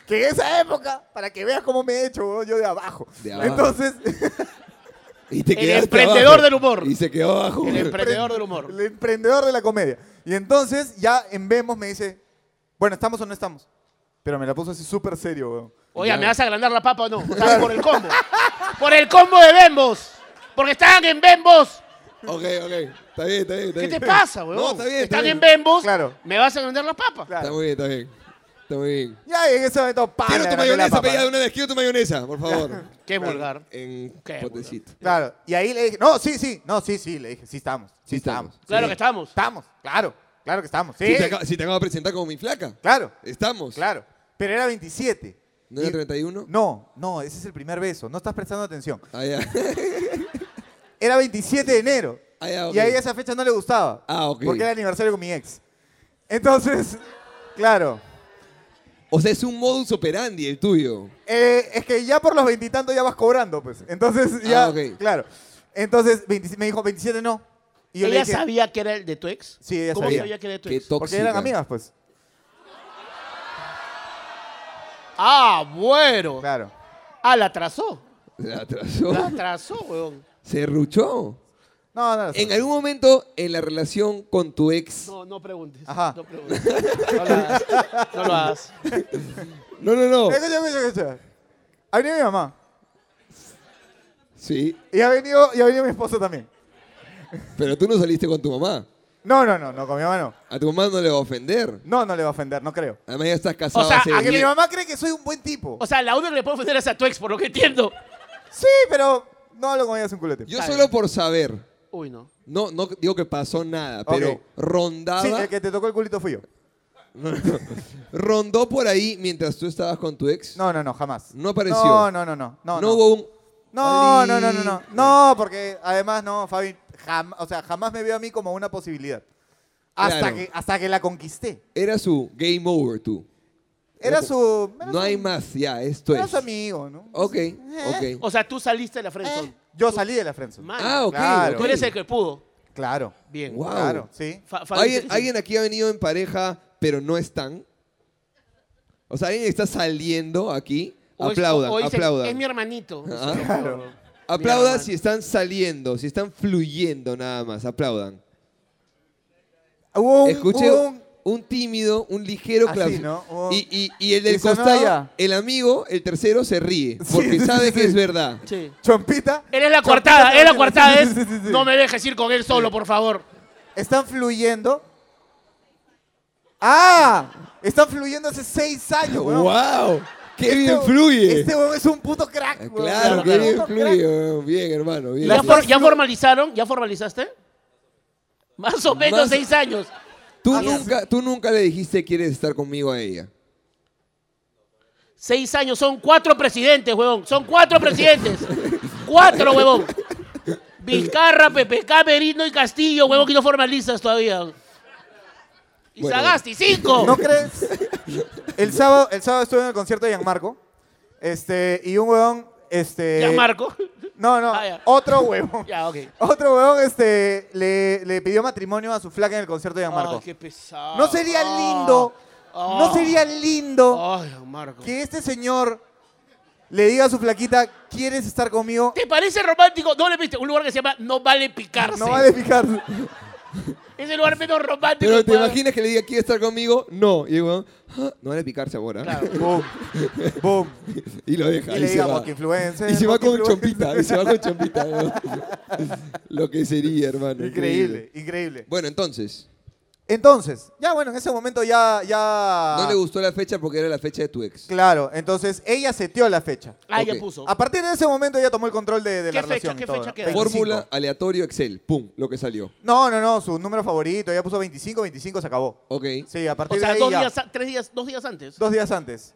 que en esa época, para que veas cómo me he hecho, weón, yo de abajo. De abajo. Entonces, Y te El quedaste emprendedor abajo. del humor. Y se quedó Uh, abajo. El emprendedor del humor. el emprendedor de la comedia. Y entonces, ya en Bembos me dice, bueno, ¿estamos o no estamos? Pero me la puso así súper serio, weón. Oye, ¿me vas a agrandar la papa o no? O sea, por el combo. Por el combo de Bembos. Porque estaban en Bembos. Ok, ok. Está bien, está bien. Está ¿Qué bien. te pasa, weón? No, está bien. Está Están bien. en Bembos. Claro. ¿Me vas a agrandar la papa? Claro. Está muy bien, está bien. Está muy bien. Ah, Ya y en ese momento, ¡pam! Quiero le tu agarré la mayonesa, papa. pedida de una vez. Quiero tu mayonesa, por favor. Qué vulgar. En Qué potecito. Claro, y ahí le dije, no, sí, sí, no, sí, sí, le dije, sí estamos, sí, Sí estamos. estamos. Claro Sí. que estamos. Estamos, claro, claro que estamos, sí, Si, te acabo, si te acabo de presentar como mi flaca. claro, Estamos. claro, pero era 27. ¿No era Y- 31? No, no, ese es el primer beso, no estás prestando atención. Ah, ya. Era 27 de enero, Ah, ya, ok. y ahí esa fecha no le gustaba, Ah, ok. porque era aniversario con mi ex. Entonces, claro, O sea, es un modus operandi el tuyo. Eh, es que ya por los veintitantos ya vas cobrando, pues, entonces ya, Ah, ok. claro. Entonces, 20 me dijo 27 no, y yo le ¿Ella dije, sabía que era el de tu ex? Sí, ella ¿Cómo sabía. sabía que era de tu Qué ex? tóxica. porque eran amigas, pues, Ah, bueno. claro. Ah, la trazó. La atrasó. La trazó, weón. Se ruchó. No, no, no. En algún momento en la relación con tu ex. No, no preguntes. Ajá. No preguntes. No lo hagas. No lo hagas. No, no, no. Escucha, escucha, escucha. Ha venido mi mamá. Sí, Y ha venido, y ha venido mi esposo también. pero tú no saliste con tu mamá. No, no, no, no, con mi mamá no. A tu mamá no le va a ofender. No, no le va a ofender, no creo. Además ya estás casado O sea, hace ¿a Que qué mi diez- mamá cree que soy un buen tipo. O sea, la única que le puedo ofender es a tu ex, por lo que entiendo. Sí, pero no hablo con ella, es un culete. Yo solo por saber. Uy, no. No, no digo que pasó nada, pero Ok. rondaba, Sí, el que te tocó el culito fui yo. rondó por ahí mientras tú estabas con tu ex. No, no, no, jamás. No apareció. No, no, no, no. No, No hubo un... No, Ali- no, no, no, no. No, porque además no, Fabi, jam- o sea, jamás me vio a mí como una posibilidad. Hasta, Claro. que, hasta que la conquisté. Era su game over, tú. Era Loco, su. era No su- hay más, ya, esto Era es. su amigo, ¿no? Ok, Eh, ok. O sea, tú saliste de la Oh. friendzone. Yo salí de la friendzone. Man, Ah, ok. Claro. ok. Tú eres el que pudo. Claro. Bien. Guau. Claro, sí. Fa- fa- ¿Alguien, alguien aquí ha venido en pareja, pero no están? O sea, alguien está saliendo aquí. o es- Aplaudan, o dicen, aplaudan. Es mi hermanito. Ah. Eso, Claro. Aplaudan Mira, si están saliendo, si están fluyendo nada más. Aplaudan. Hubo un. Escuché hubo un, un- tímido, un ligero Así, clap- ¿no? Hubo- Y, y- y el del Y sonó costado, allá. el amigo, el tercero, se ríe. Sí, Porque sí, sí, sabe que sí. es verdad. Sí. Chompita. Eres la Chompita coartada, también. eres la coartada. Sí, es, sí, sí, sí. No me dejes ir con él solo, por favor. Están fluyendo. ¡Ah! Están fluyendo hace seis años, weón. ¡Wow! ¡Qué bien Este- fluye! Este weón es un puto crack, Ah, weón. Claro, qué Claro, claro. bien Un puto fluye. crack. weón. Bien, hermano. Bien. ¿Ya, Bien. for- ya formalizaron? ¿Ya formalizaste? Más o menos Más- seis años. ¿Tú, Ah, nunca, tú nunca le dijiste quieres estar conmigo a ella. Seis años, son cuatro presidentes, huevón. Son cuatro presidentes. cuatro, huevón. Vizcarra, Pepe Camerino y Castillo, huevón, que no formalizas todavía. Y Bueno. Sagasti, cinco. ¿No crees? El sábado, el sábado estuve en el concierto de Gianmarco. Este, y un huevón, este. ya, Marco. No, no, Ah, ya. otro huevón. ya, ok. Otro huevón, este, le, le pidió matrimonio a su flaca en el concierto de Ay, Gianmarco. qué pesado. No sería lindo, Ah. no sería lindo Ay, Marco. que este señor le diga a su flaquita, ¿quieres estar conmigo? ¿Te parece romántico? No le viste un lugar que se llama No Vale Picarse. No vale fijarse. Es el lugar menos romántico. Pero te que pueda- imaginas que le diga quieres estar conmigo. No. Y el weón, "Ah, no vale picarse ahora. Claro. Boom, boom. Y lo deja. Y Y, le se digamos va. que influencer. Y se va mock con influencer". chompita. Y se va con chompita. ¿no? Lo que sería, hermano. Increíble, increíble. Bueno, entonces, Entonces, ya bueno, en ese momento ya, ya. no le gustó la fecha porque era la fecha de tu ex. Ah. Claro, entonces ella seteó la fecha. Ah, Ok. ya puso. A partir de ese momento ella tomó el control de, de la ¿Qué fecha? relación. y ¿Qué todo, fecha ¿no? queda? 25. Fórmula aleatorio Excel. Pum, lo que salió. No, no, no, su número favorito. Ella puso 25, 25 se acabó. Ok. Sí, a partir o sea, de ahí. dos ya. días, a- tres días, dos días antes. Dos días antes.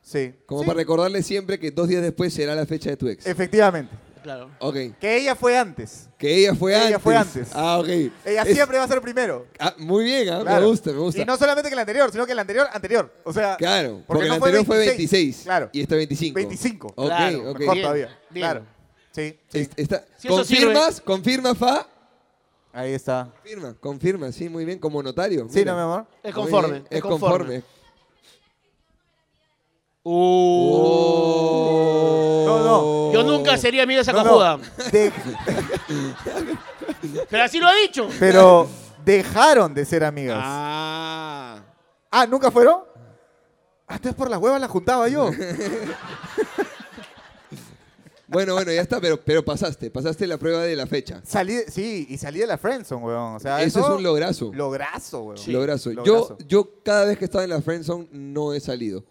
Sí. Como Sí, para recordarle siempre que dos días después será la fecha de tu ex. Efectivamente. Claro. Ok. Que ella fue antes. Que ella fue antes. Ella fue antes. Ah, ok. Ella Es- siempre va a ser primero. Ah, muy bien, ah, me Claro. gusta, me gusta. Y no solamente que el anterior, sino que el anterior, anterior. O sea. Claro, porque, el anterior fue 26. Claro. Y este 25. 25. Ok, Claro, ok. Mejor Bien, todavía. bien. Claro. Sí. Es- está- Si eso sirve. ¿Confirmas? ¿Confirma, Fa? Ahí está. Confirma, confirma, sí, muy bien, como notario. Sí, mira. ¿no, mi amor? Es Muy conforme, bien, es Es conforme. conforme. Oh. Uh. No, no. Yo nunca sería amiga de esa No, no. cojuda. De- Pero así lo ha dicho. pero dejaron de ser amigas. Ah. Ah. ¿nunca fueron? Ah, Entonces por las huevas la juntaba yo. Bueno, bueno, ya está, pero, pero pasaste, pasaste la prueba de la fecha. salí, sí, y salí de la friendzone, huevón. O sea, Eso eso es un lograzo. Lograzo, huevón. Sí. Lograzo. Lograzo. Yo, yo cada vez que he estado en la friendzone no he salido.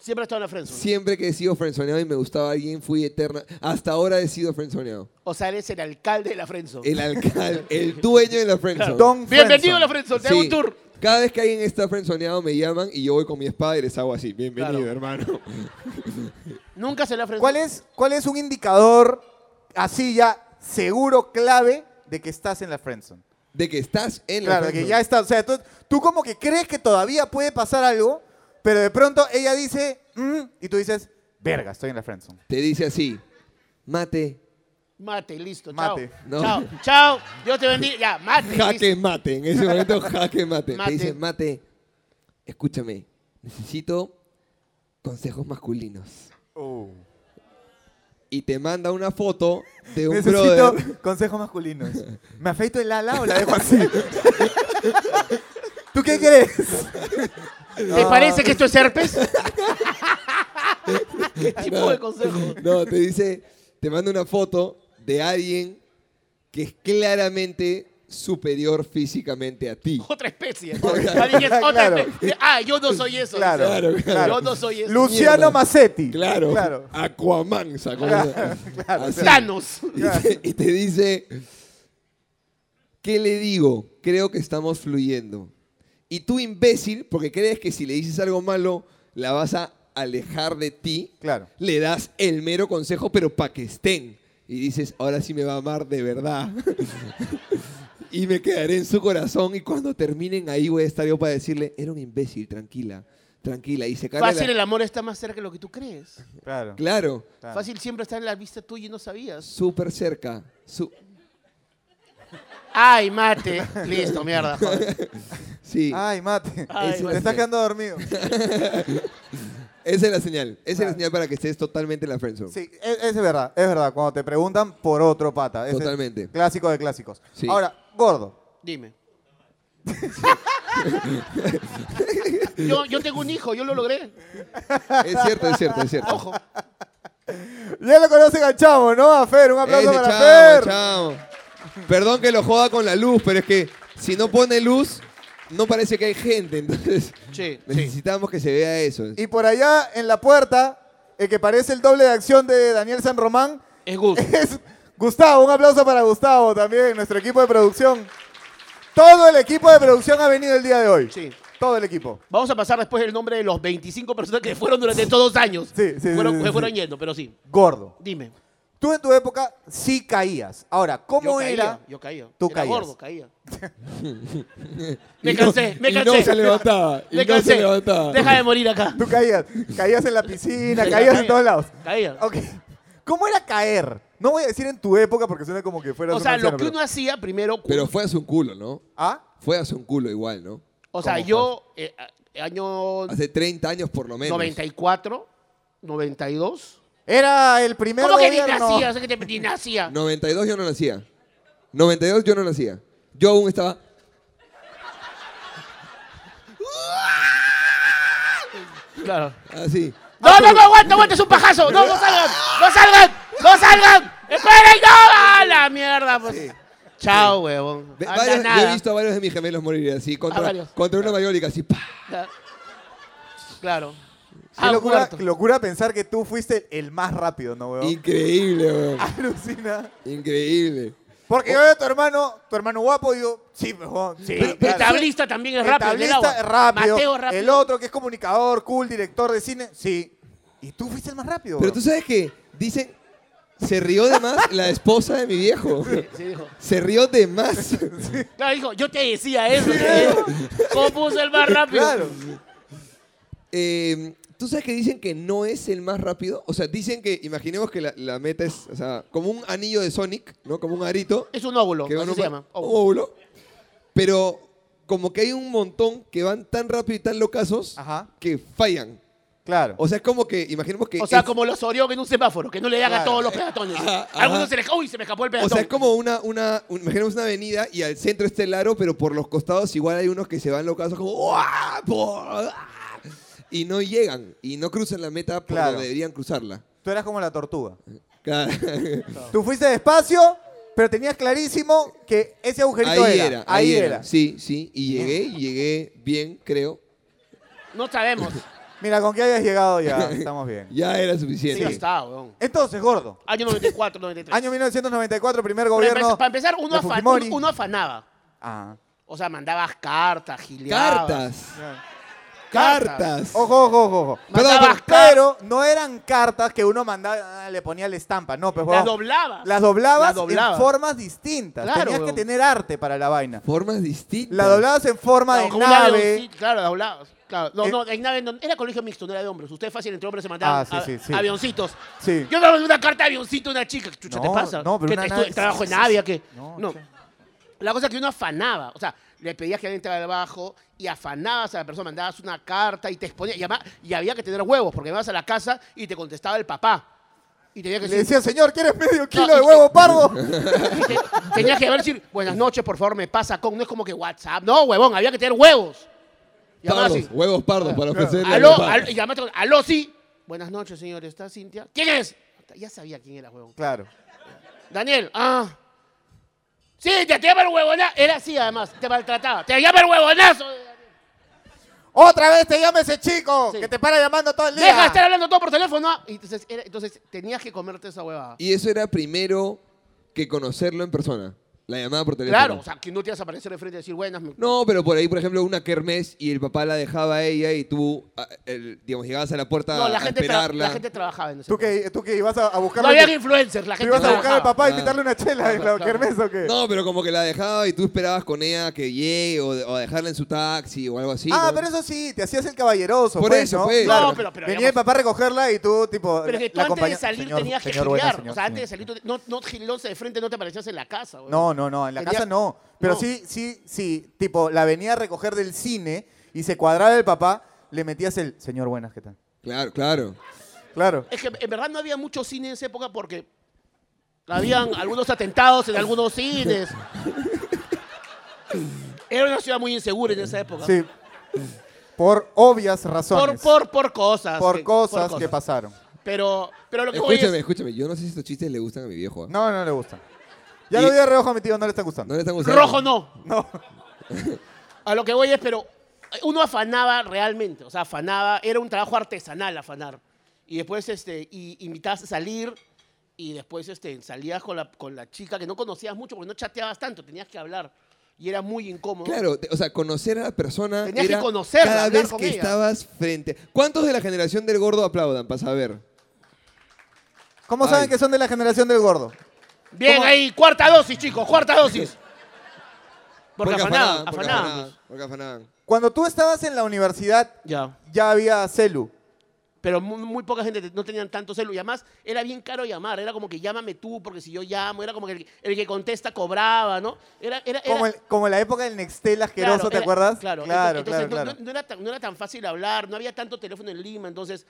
Siempre ha estado en la friendzone. Siempre que he sido friendzoneado y me gustaba alguien, fui eterna. Hasta ahora he sido friendzoneado. O sea, eres el alcalde de la friendzone. El alcalde, el dueño de la friendzone. Don Bienvenido a la friendzone. friendzone. Te Sí. hago un tour. Cada vez que alguien está frenzoneado me llaman y yo voy con mi espada y les hago así. Bienvenido, Claro. hermano. Nunca se la Pues friendzone. ¿Cuál es, ¿Cuál es un indicador así ya seguro, clave, de que estás en la friendzone? De que estás en Claro, la que friendzone. ya está. O sea, tú, tú como que crees que todavía puede pasar algo, pero de pronto ella dice, "Mm", y tú dices, verga, estoy en la friendzone. Te dice así. Mate. Mate, listo. Mate. Chao. No. Chao. Chao. Dios te bendiga. Ya, mate. listo. Jaque mate. En ese momento, jaque mate. Te Mate. dice, mate, escúchame. Necesito consejos masculinos. Oh. Y te manda una foto de un Necesito brother. consejos masculinos. ¿Me afeito el ala o la dejo así? ¿Tú qué crees? ¿Te parece que esto es herpes? ¿Qué tipo de consejo? No, te dice, te manda una foto de alguien que es claramente superior físicamente a ti. Otra especie. Alguien es otra Claro. especie. Ah, yo no soy eso. Claro, dice. claro, claro. Yo no soy eso. Luciano Mierda. Massetti. Claro. Claro. Aquaman sacó esa. Así. Thanos. Y te, y te dice, ¿qué le digo? Creo que estamos fluyendo. Y tú, imbécil, porque crees que si le dices algo malo, la vas a alejar de ti, Claro. le das el mero consejo, pero para que estén. Y dices, ahora sí me va a amar de verdad. y me quedaré en su corazón. Y cuando terminen ahí voy a estar yo para decirle, era un imbécil, tranquila, tranquila. Y se Fácil el amor está más cerca de lo que tú crees. Claro. Claro, Claro. Fácil siempre está en la vista tuya y no sabías. súper cerca. su- Ay, mate. Listo, mierda. joder. sí. Ay, mate. Ah, Ay, Te mate. estás quedando dormido. Esa es la señal. Esa es la Claro. señal para que estés totalmente en la friendzone. Ah. Sí, es, es verdad, es verdad. Cuando te preguntan por otro pata. Ese es Totalmente. Clásico de clásicos. Sí. Ahora, gordo. Dime. yo, yo tengo un hijo, yo lo logré. Es cierto, es cierto, es cierto. Ojo. Ya lo conocen al chavo, ¿no? A Fer, un aplauso para Fer. chao. Perdón que lo joda con la luz, pero es que si no pone luz, no parece que hay gente. Entonces, Sí, sí. necesitamos que se vea eso. Y por allá, en la puerta, el que parece el doble de acción de Daniel San Román, Es Gus. es Gustavo. Un aplauso para Gustavo también, nuestro equipo de producción. Todo el equipo de producción ha venido el día de hoy. Sí. Todo el equipo. Vamos a pasar después el nombre de los 25 personas que fueron durante estos dos años. Sí, sí, sí, Fueron, sí, se sí. fueron yendo, pero sí. Gordo. Dime. Tú en tu época sí caías. Ahora, ¿cómo Yo era? caía, yo caía. Tú Era caías. gordo, caía. me cansé, me cansé. levantaba. me cansé. Deja de morir acá. Tú caías. Caías en la piscina, Sí, caías en caía. todos lados. Caía. Ok. ¿Cómo era caer? No voy a decir en tu época porque suena como que fueras O un sea, lo anciano, que pero- uno hacía primero. Pero fue a su culo, ¿no? ¿Ah? Fue a su culo igual, ¿no? o sea, ¿cómo yo, eh, a- año Hace 30 años por lo menos. 94, 92. Era el primer ¿Cómo que ni gobierno. nacía? O sea, que te- ni nacía. 92 yo no nacía. 92 yo no nacía. Yo aún estaba... Claro. Así. No, no, no, aguanta, aguanta, es un pajazo. No, no salgan, no salgan, no salgan. Esperen, no. ¡Ah, la mierda! Pues. Chao, huevón. Ve- Anda varios- yo nada. he visto a varios de mis gemelos morir así, contra, varios. contra una mayólica, así. ¡pah! Claro. Claro. Qué Ah, locura, muerto. locura pensar que tú fuiste el más rápido, ¿no, weón? Increíble, weón. Ah. Alucina. Increíble. Porque yo veo a tu hermano, tu hermano guapo, y digo, sí, weón, sí. Pero- claro. el tablista también es El rápido. el del tablista agua. es rápido. Mateo es rápido. El otro que es comunicador, cool, director de cine, sí. Y tú fuiste el más rápido, Pero tú weón. sabes que dicen, se rió de más la esposa de mi viejo. Sí, dijo. Se rió de más. Claro, dijo, yo te decía eso. ¿sí? ¿Cómo puso el más rápido? Claro. Eh, tú sabes que dicen que no es el más rápido. O sea, dicen que, imaginemos que la, la meta es, o sea, como un anillo de Sonic, ¿no? Como un arito. Es un óvulo, que así van se un- llama. un óvulo. óvulo. Pero como que hay un montón que van tan rápido y tan locazos Ajá. que fallan. Claro. O sea, es como que, imaginemos que... O sea, es- como los Orión en un semáforo, que no le dan a Claro. todos los peatones. Ajá, ajá. Algunos se les... ¡Uy, se me escapó el peatón! O sea, es como una, una, un- imaginemos una avenida y al centro está el aro, pero por los costados igual hay unos que se van locazos como ¡Uah! ¡Buah! ¡Ah! y no llegan y no cruzan la meta por Claro. donde deberían cruzarla. Tú eras como la tortuga. Claro. Tú fuiste despacio, pero tenías clarísimo que ese Ahí agujerito era, era. Ahí era. Sí, sí, y llegué y llegué bien, creo. No sabemos. Mira, con que hayas llegado ya, estamos bien. Ya era Sí, suficiente. está, weón. Entonces, gordo. Año 94, 93. Año 1994, primer Para gobierno. empezar- Para empezar, uno, de afa- Fujimori. uno afanaba. Ah. O sea, mandabas cartas, gileabas. Cartas. Ya. Cartas. Ojo, ojo, ojo, ojo. Mandabas cartas. Pero no eran cartas que uno mandaba, ah, le ponía la estampa, no, pues Las huevón. doblabas. Las doblabas Las doblabas. en formas distintas. Claro, Tenías que huevón. tener arte para la vaina. Formas distintas. La doblabas en forma Claro, de con una nave. avioncito, Claro, las doblabas. Claro. No, Eh. no, en nave no- era colegio mixto, no era de hombres. Ustedes fácil entre hombres se mandaban Ah, sí, a- sí, sí. avioncitos. Sí. Yo daba una carta de avioncito a una chica. ¿Qué chucha No, te pasa? no, pero ¿Qué una te- nave- trabajo en Avia? que No, No. che. La cosa es que uno afanaba. O sea, le pedías que alguien te trabajo y afanabas a la persona, mandabas una carta y te exponías. Y, además- y había que tener huevos porque ibas a la casa y te contestaba el papá. Y tenía que Le decir, decía, señor, ¿quieres medio kilo No, de y- huevo pardo? te- Tenía que haber decir, buenas noches, por favor, me pasa con. No es como que WhatsApp. No, huevón, había que tener huevos. Y además Pardos, así, huevos pardos para ofrecerle a los Ah. aló, padres. aló, y además, te- aló, sí. Buenas noches, señor, ¿está Cintia? ¿Quién es? Ya sabía quién era, huevón. Claro. Daniel, ah. Sí, te llama el huevonazo. Era así, además, te maltrataba. Te llama el huevonazo. Otra vez te llama ese chico Sí. que te para llamando todo el día. Deja de estar hablando todo por teléfono. ah. Y Entonces, era- entonces tenías que comerte esa huevada. Y eso era primero que conocerlo en persona. La llamada por teléfono. Claro, o sea, que no te ibas a aparecer de frente y decir, buenas, me- No, pero por ahí, por ejemplo, una kermés y el papá la dejaba a ella y tú, a- el- digamos, llegabas a la puerta No, a la gente, tra- esperarla. la gente trabajaba en ese ¿Tú que, tú que ibas a, a No buscarlo. había te- influencers, la ¿Tú gente ibas a buscar al trabajaba. papá y Ah. invitarle una chela en la Claro, claro. kermés o qué? Ah, No, pero como que la dejaba y tú esperabas con ella que llegue o, o a dejarla en su taxi o algo así. ah, ¿no? pero eso sí, te hacías el caballeroso. Por pues, eso, ¿no? pues. Claro. No, pero- pero Venía digamos- el papá a recogerla y tú, tipo. Pero es que tú la antes de acompaña- salir Señor, tenías que señor, buenas, gilear. señor, O sea, antes de señor. salir, tú- no, no gilearse de frente, no te aparecías en la casa. huevón. No, no, no, en la Tenía- casa no. Pero No. sí, sí, sí. Tipo, la venía a recoger del cine y se cuadraba el papá, le metías el. Señor, buenas, ¿qué tal? Claro, claro. Claro. Es que en verdad no había mucho cine en esa época porque habían algunos atentados en algunos cines. Era una ciudad muy insegura en esa época. Sí. Por obvias por, razones. por, por cosas. Por que- cosas que pasaron. Pero, pero lo que voy Escúchame, es... escúchame. Yo no sé si estos chistes le gustan a mi viejo. ¿ah? No, no le gustan. Ya Y- lo vi de reojo a mi tío, no le está No gustando. le están gustando. Rojo no. No. A lo que voy es, pero eh, uno afanaba realmente, o sea, afanaba, era un trabajo artesanal afanar. Y después este, y invitabas a salir y después este, salías con la, con la chica que no conocías mucho porque no chateabas tanto, tenías que hablar. Y era muy incómodo. Claro, te- o sea, conocer a la persona Tenías que era conocerla, cada hablar vez con que ella. estabas frente. ¿Cuántos de la generación del gordo aplaudan para saber? ¿Cómo Ay. saben que son de la generación del gordo? Bien ¿Cómo? ahí, cuarta dosis, chicos, cuarta dosis. Porque, afanaban, afanaban, porque afanaban, afanaban, porque afanaban. Cuando tú estabas en la universidad, pues. Ya. ya había celu. Pero muy, muy poca gente te- no tenían tanto celu. Y además era bien caro llamar. Era como que llámame tú, porque si yo llamo, era como que el, el que contesta cobraba, ¿no? Era, era, era- Como, el- como la época del Nextel asqueroso, Claro, ¿te era- acuerdas? Claro, claro, entonces, claro. claro. entonces, no- No, no era tan, no era tan fácil hablar, no había tanto teléfono en Lima, entonces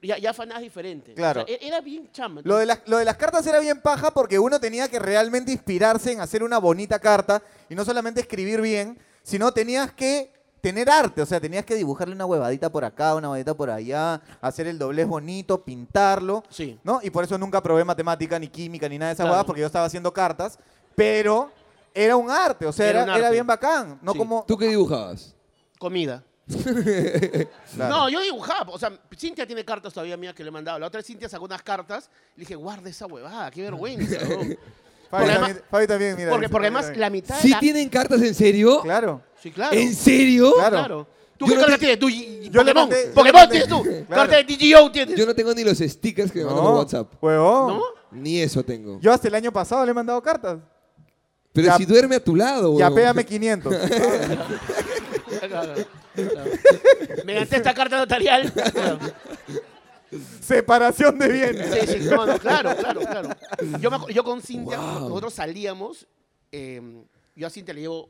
ya, ya afanabas diferente. Claro. O sea, e- era bien chamba. Lo de, las, lo de las cartas era bien paja porque uno tenía que realmente inspirarse en hacer una bonita carta y no solamente escribir bien, sino tenías que tener arte, o sea, tenías que dibujarle una huevadita por acá, una huevadita por allá, hacer el doblez bonito, pintarlo, Sí. ¿no? Y por eso nunca probé matemática, ni química, ni nada de esas Claro. huevadas porque yo estaba haciendo cartas, pero era un arte, o sea, Era era, un era arte. bien bacán, no Sí. como... ¿Tú qué dibujabas? Comida. Claro. No, yo dibujaba. O sea, Cintia tiene cartas todavía mías que le he mandado. La otra vez Cintia sacó unas cartas. Le dije, guarda esa huevada, qué vergüenza. ¿no? Fabi, Porque también, Fabi también, mira. dice, Porque, porque Fabi además también. la mitad de ¿Sí la- tienen cartas en serio? Claro. Sí, claro. ¿En serio? Claro. ¿Tú Yo qué no cartas te- tienes? ¿Tú y- y Yo le Pokémon? mandé- yo le ¿Pokémon mandé- tienes tú? Claro. ¿Carta de DGO tienes? Yo no tengo ni los stickers que me mandan por No, WhatsApp. Huevón. ¿No? Ni eso tengo. Yo hasta el año pasado le he mandado cartas. Pero Ya- si duerme a tu lado, Ya huevón. pégame 500. Claro, claro. Mediante esta carta notarial. Claro. Separación de bienes. Sí, sí, no, no, claro, claro, claro. Yo, me acu- yo con Cintia, nosotros salíamos, eh, yo a Cintia le llevo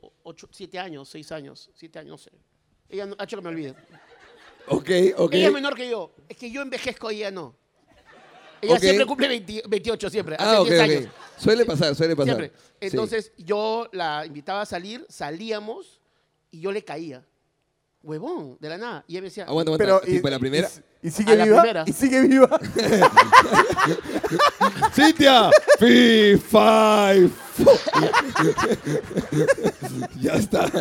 7 años, 6 años, 7 años, no sé. Ella no- ha hecho que me olvide. Ok, ok. Ella es menor que yo, es que yo envejezco y ella no. Ella Ok. siempre cumple 20 28 siempre, hace Ah, ok, 10 ok. años. Suele pasar, suele pasar. Siempre. Sí. Entonces yo la invitaba a salir, salíamos y yo le caía. Huevón, de la nada. Y ella me decía, Aguanta, aguanta. Pero, Tipo, la primera. Y, y A sigue la viva. primera. Y sigue viva. ¡Cintia! ¡Fi, fi, fo. Ya está.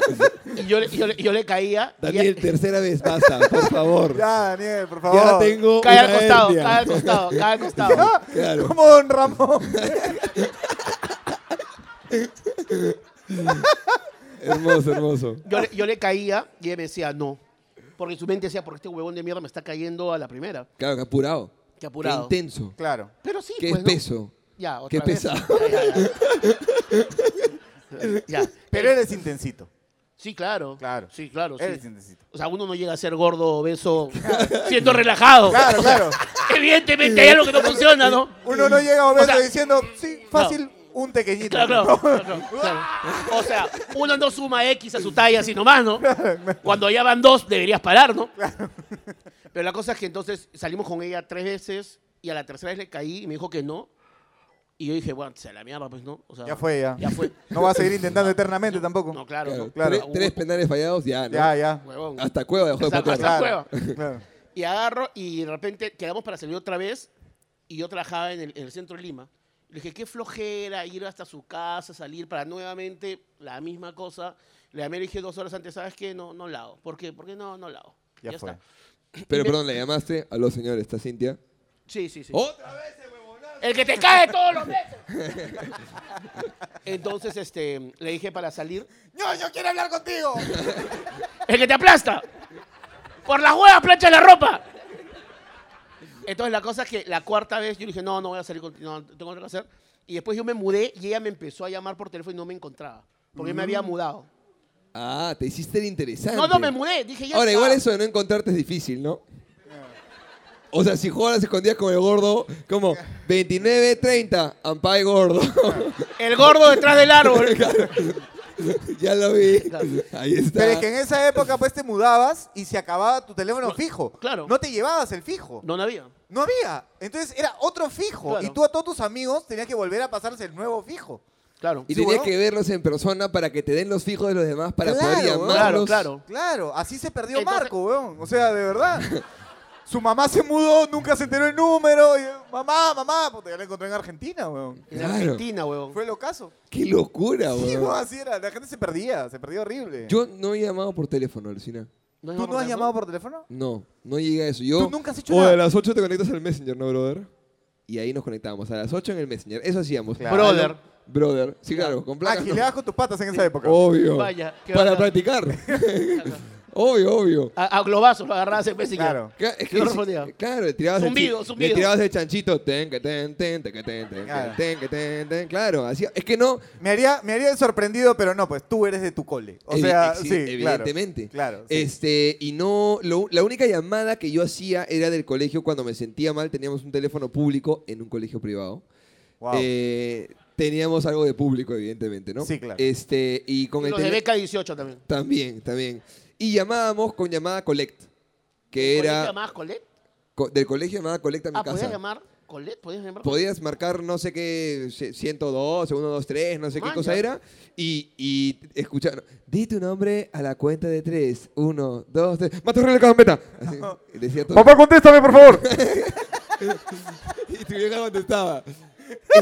y yo, le- y yo, le- y yo le caía. y ella- Daniel, tercera vez, basta, por favor. ya, Daniel, por favor. Ya tengo. Cae al una costado, hernia. cae al costado, cae al costado. Ah, Claro. Como Don Ramón. Hermoso, hermoso. Yo le, yo le caía y él me decía no. Porque en su mente decía, porque este huevón de mierda me está cayendo a la primera. Claro, que apurado. Qué apurado. Qué intenso. Claro. Pero sí, Qué pues, ¿no? espeso. Ya, otra Qué vez. pesado. Ya, ya, ya. Ya. Pero eres intensito. Sí, claro. Claro. Sí, claro, sí. Eres intensito. O sea, uno no llega a ser gordo, obeso, siendo relajado. Claro, claro. Evidentemente hay algo que no funciona, ¿no? Uno no llega a obeso O sea, diciendo, sí, fácil, un pequeñito. Claro, claro, claro, claro. O sea, uno no suma X a su talla así nomás, ¿no? Cuando ya van dos, deberías parar, ¿no? Pero la cosa es que entonces salimos con ella tres veces y a la tercera vez le caí y me dijo que no. Y yo dije, bueno, se la mierda, pues, ¿no? O sea, Ya fue, ya. Ya fue. No va a seguir intentando eternamente tampoco. No, claro, Claro, no. claro. Tres, tres Ah, penales fallados, ya, ¿no? Ya, ya. Huevón. Hasta cueva dejó de Exacto, patear. hasta- La Claro, claro. Y agarro y de repente quedamos para salir otra vez y yo trabajaba en el, en el centro de Lima. Le dije, qué flojera ir hasta su casa, salir para nuevamente la misma cosa. Le llamé, le dije dos horas antes, ¿sabes qué? No, no la hago. ¿Por qué? ¿Por qué no, no la hago? Ya fue. Pero perdón, le llamaste. Aló, señor, ¿está Cintia? Oh, Sí, sí, sí. Oh. ¡Otra vez! El que te cae todos los meses. Entonces, este, le dije para salir, ¡No, yo quiero hablar contigo! El que te aplasta. Por las huevas plancha la ropa. Entonces la cosa es que la cuarta vez yo le dije, no, no voy a salir contigo, no, tengo otra que hacer. Y después yo me mudé y ella me empezó a llamar por teléfono y no me encontraba. Porque me había mudado. Ah, te hiciste el interesante. No, no, me mudé. Dije, ya Ahora, está. igual eso de no encontrarte es difícil, ¿no? O sea, si jugabas escondidas con el gordo, como 29-30, Ampay gordo. El gordo detrás del árbol. ya lo vi. Claro. Ahí está. Pero es que en esa época pues te mudabas y se acababa tu teléfono fijo. claro. No te llevabas el fijo. No, No, no había. había. Entonces era otro fijo. Claro. Y tú a todos tus amigos tenías que volver a pasarles el nuevo fijo. Claro. Y Sí, tenías huevón. que verlos en persona para que te den los fijos de los demás para Claro, poder huevón. llamarlos. Claro, claro. Claro, así se perdió Entonces- Marco, weón. O sea, de verdad. Su mamá se mudó, nunca se enteró el número. y, mamá, mamá, porque ya la encontró en Argentina, weón. En Claro. Argentina, huevón. Fue el ocaso. Qué locura, Sí, Ah, weón. weón, así era. La gente se perdía, se perdía horrible. Yo no he llamado por teléfono, Lucina. ¿Tú no has llamado por teléfono? No, no llegué a eso. Yo, ¿Tú nunca has hecho O nada? a las 8 te conectas al Messenger, ¿no, brother? Y ahí nos conectábamos. A las 8 en el Messenger. Eso hacíamos. Claro. Brother. Brother. Sí, claro, con Oh. Ah, placas. no. gileabas con tus patas en esa época. Obvio. Vaya, qué Para bacán. practicar. obvio, obvio. A, a globazos lo agarrabas en Messenger. Claro. Ca- es Yo si- respondía. claro, le tirabas Zumbido, el chi- zumbido. Le tirabas el chanchito. Ten, que ten, ten, te, que ten, ten, Claro. que ten, que ten, ten. Claro, así, es que no, Me haría, me haría el sorprendido, pero no, pues tú eres de tu cole. O Evi- sea, exi- sí, claro. eh, evidentemente. Claro. sí. Este, y no, lo- la única llamada que yo hacía era del colegio cuando me sentía mal, teníamos un teléfono público en un colegio privado. Wow. Eh, teníamos algo de público, evidentemente, ¿no? Sí, claro. Este, y con Y el Los de tele- Beca 18 también. también, también. Y llamábamos con llamada collect, que ¿Podías era llamar Colette? co- del colegio llamada collect a mi Ah, casa. ¿podías llamar pues. Colette? ¿Podías llamar Podías marcar no sé qué, c- 112, 123, no sé qué Maña. cosa era, y, y escuchar, di tu nombre a la cuenta de 3, 1, 2, 3, Matorrales Gambeta. Así, decía todo. contéstame, por favor. Y tu vieja contestaba,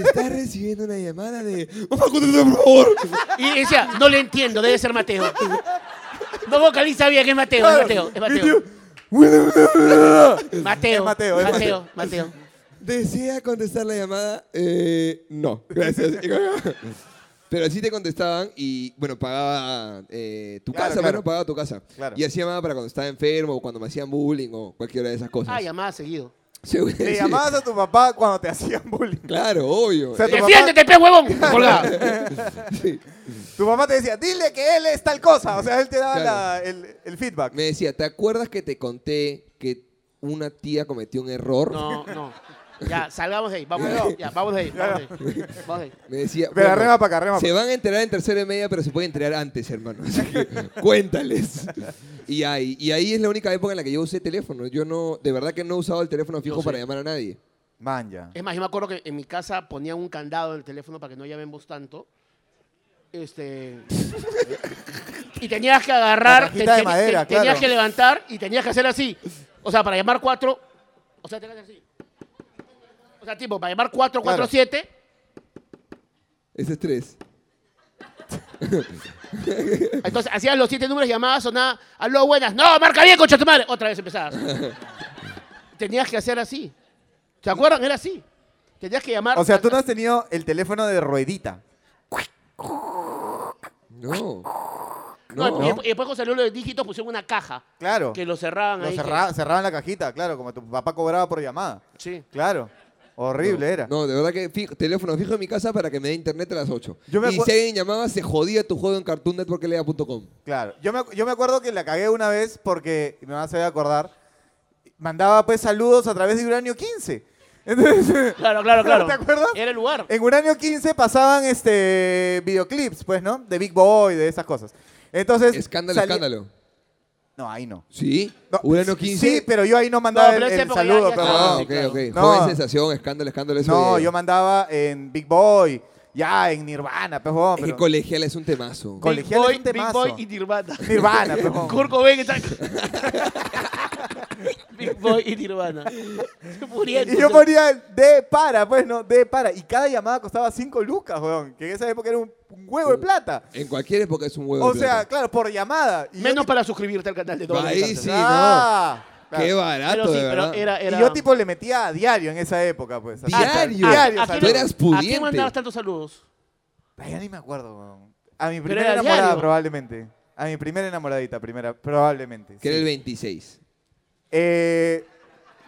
estás recibiendo una llamada de, papá, contéstame por favor. Y decía, no le entiendo, debe ser Mateo. No vocaliza bien, es Mateo, es Mateo, es Mateo. Mateo, Es Mateo, es Mateo, Mateo. ¿Desea contestar la llamada? Eh, no, gracias. Pero así te contestaban y, bueno, pagaba eh, tu Claro, casa, claro. bueno, pagaba tu casa. Claro. Y así llamaba para cuando estaba enfermo o cuando me hacían bullying o cualquiera de esas cosas. Ah, llamaba seguido. Seguro que Le sí. llamabas a tu papá cuando te hacían bullying. Claro, obvio. O sea, tu papá, ¡Defiéndete, pe huevón! Colgaba. Sí. tu papá te decía, dile que él es tal cosa. O sea, él te daba Claro. la- el, el feedback. Me decía, ¿te acuerdas que te conté que una tía cometió un error? No, no. Ya, salgamos de ahí, vamos de ahí, ya, vamos de ahí, vamos de ahí. Vamos de ahí. Me decía, Pero bueno, rema para acá, rema se para van a enterar en tercera y media, pero se pueden enterar antes, hermano. Así que cuéntales. Y ahí, y ahí es la única época en la que yo usé teléfono. Yo no, de verdad que no he usado el teléfono fijo Yo sí. para llamar a nadie. Man, ya. Es más, yo me acuerdo que en mi casa ponían un candado en el teléfono para que no llamemos tanto. Este. y tenías que La agarrar. cajita de madera, tenías claro. que levantar y tenías que hacer así. O sea, para llamar cuatro. O sea, tenías que hacer así. O sea, tipo, para llamar cuatro, cuatro, Claro. siete. Ese es tres. Entonces hacías los siete números, llamabas, sonaba, aló, buenas. No, marca bien, concha tu madre. Otra vez empezabas. tenías que hacer así. ¿Se acuerdan? Era así. Tenías que llamar. O sea, tú hasta- no has tenido el teléfono de ruedita. No. No, No. y- Y, después cuando salió lo de dígitos pusieron una caja. Claro. Que lo cerraban Lo ahí. que- cerra- cerraban la cajita, claro, como tu papá cobraba por llamada. Sí. Claro. Horrible era. No, de verdad que fijo- teléfono fijo en mi casa para que me dé internet a las 8. Yo me y acuer- si alguien llamaba, se jodía tu juego en Cartoon Network LA.com. Claro, yo me, ac- yo me acuerdo que la cagué una vez porque, y me vas a hacer acordar, mandaba pues saludos a través de Uranio 15. Entonces, Claro, claro, claro. ¿Te acuerdas? Era el lugar. en Uranio 15 pasaban este videoclips, pues, ¿no? De Big Boy, de esas cosas. Entonces, Escándalo, salía- escándalo. No, ahí no. ¿Sí? No, ¿Urano 15? Sí, pero yo ahí no No, mandaba pero el, esa el época ya- saludo. ya pero- Ah, Sí, ok, claro. ok. No. Joven sensación, escándalo, escándalo. Eso No, ya. yo mandaba en Big Boy, ya en Nirvana, pues, huevón, Es que pero- colegial es un temazo. Co- Big Colegial es Boy, un Big temazo. Boy y Nirvana. Nirvana, pues, huevón. Kurt Cobain está- Big Boy y Nirvana. Muriendo. Y yo ponía el de para, pues no, de para. Y cada llamada costaba 5 lucas, weón. Que en esa época era un, un huevo de plata. En cualquier época es un huevo. O de sea, plata. claro, por llamada. Y yo Menos tipo- para suscribirte al canal de Doble Ahí Cárcel. sí, Ah, claro. qué barato, Pero sí, de pero verdad. era... era... Y yo tipo le metía a diario en esa época, pues. así. Diario. Ah, Diario, ¿a quién- tú eras ¿A pudiente. quién mandabas tantos saludos? Ay, ya ni me acuerdo, weón. A mi era primera enamorada, diario. probablemente. A mi primera enamoradita, primera, probablemente. Que era sí. el 26. Eh,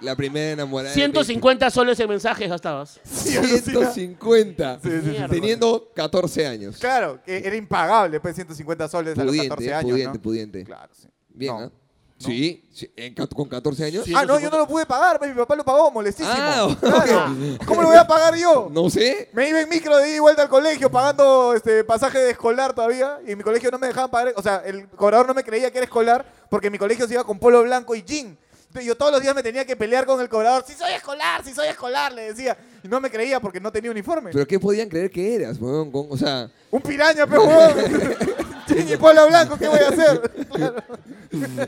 La primera enamorada. del 150 soles en mensajes gastabas. sí, 20. alucina. 150. Sí, sí, sí. Mierda. Teniendo 14 años. Claro, que era impagable, pues 150 soles a los Pudiente, eh, 14 años. pudiente, ¿no? pudiente. Claro, sí. Bien, No. ¿ah? Sí, sí, en ca- con 14 años. Sí. Ah, no, yo no lo pude pagar, pues, mi papá lo pagó, molestísimo. Ah, Claro. ok. ¿Cómo lo voy a pagar yo? No sé. Me iba en micro de ida y vuelta al colegio pagando este pasaje de escolar todavía y en mi colegio no me dejaban pagar, o sea, el cobrador no me creía que era escolar porque en mi colegio se iba con polo blanco y jean. Entonces, yo todos los días me tenía que pelear con el cobrador, si soy escolar, si soy escolar, le decía. Y no me creía porque no tenía uniforme. Pero ¿qué podían creer que eras, weón? Con- O sea, Un piraña, pero jean y polo blanco, ¿qué voy a hacer? Claro.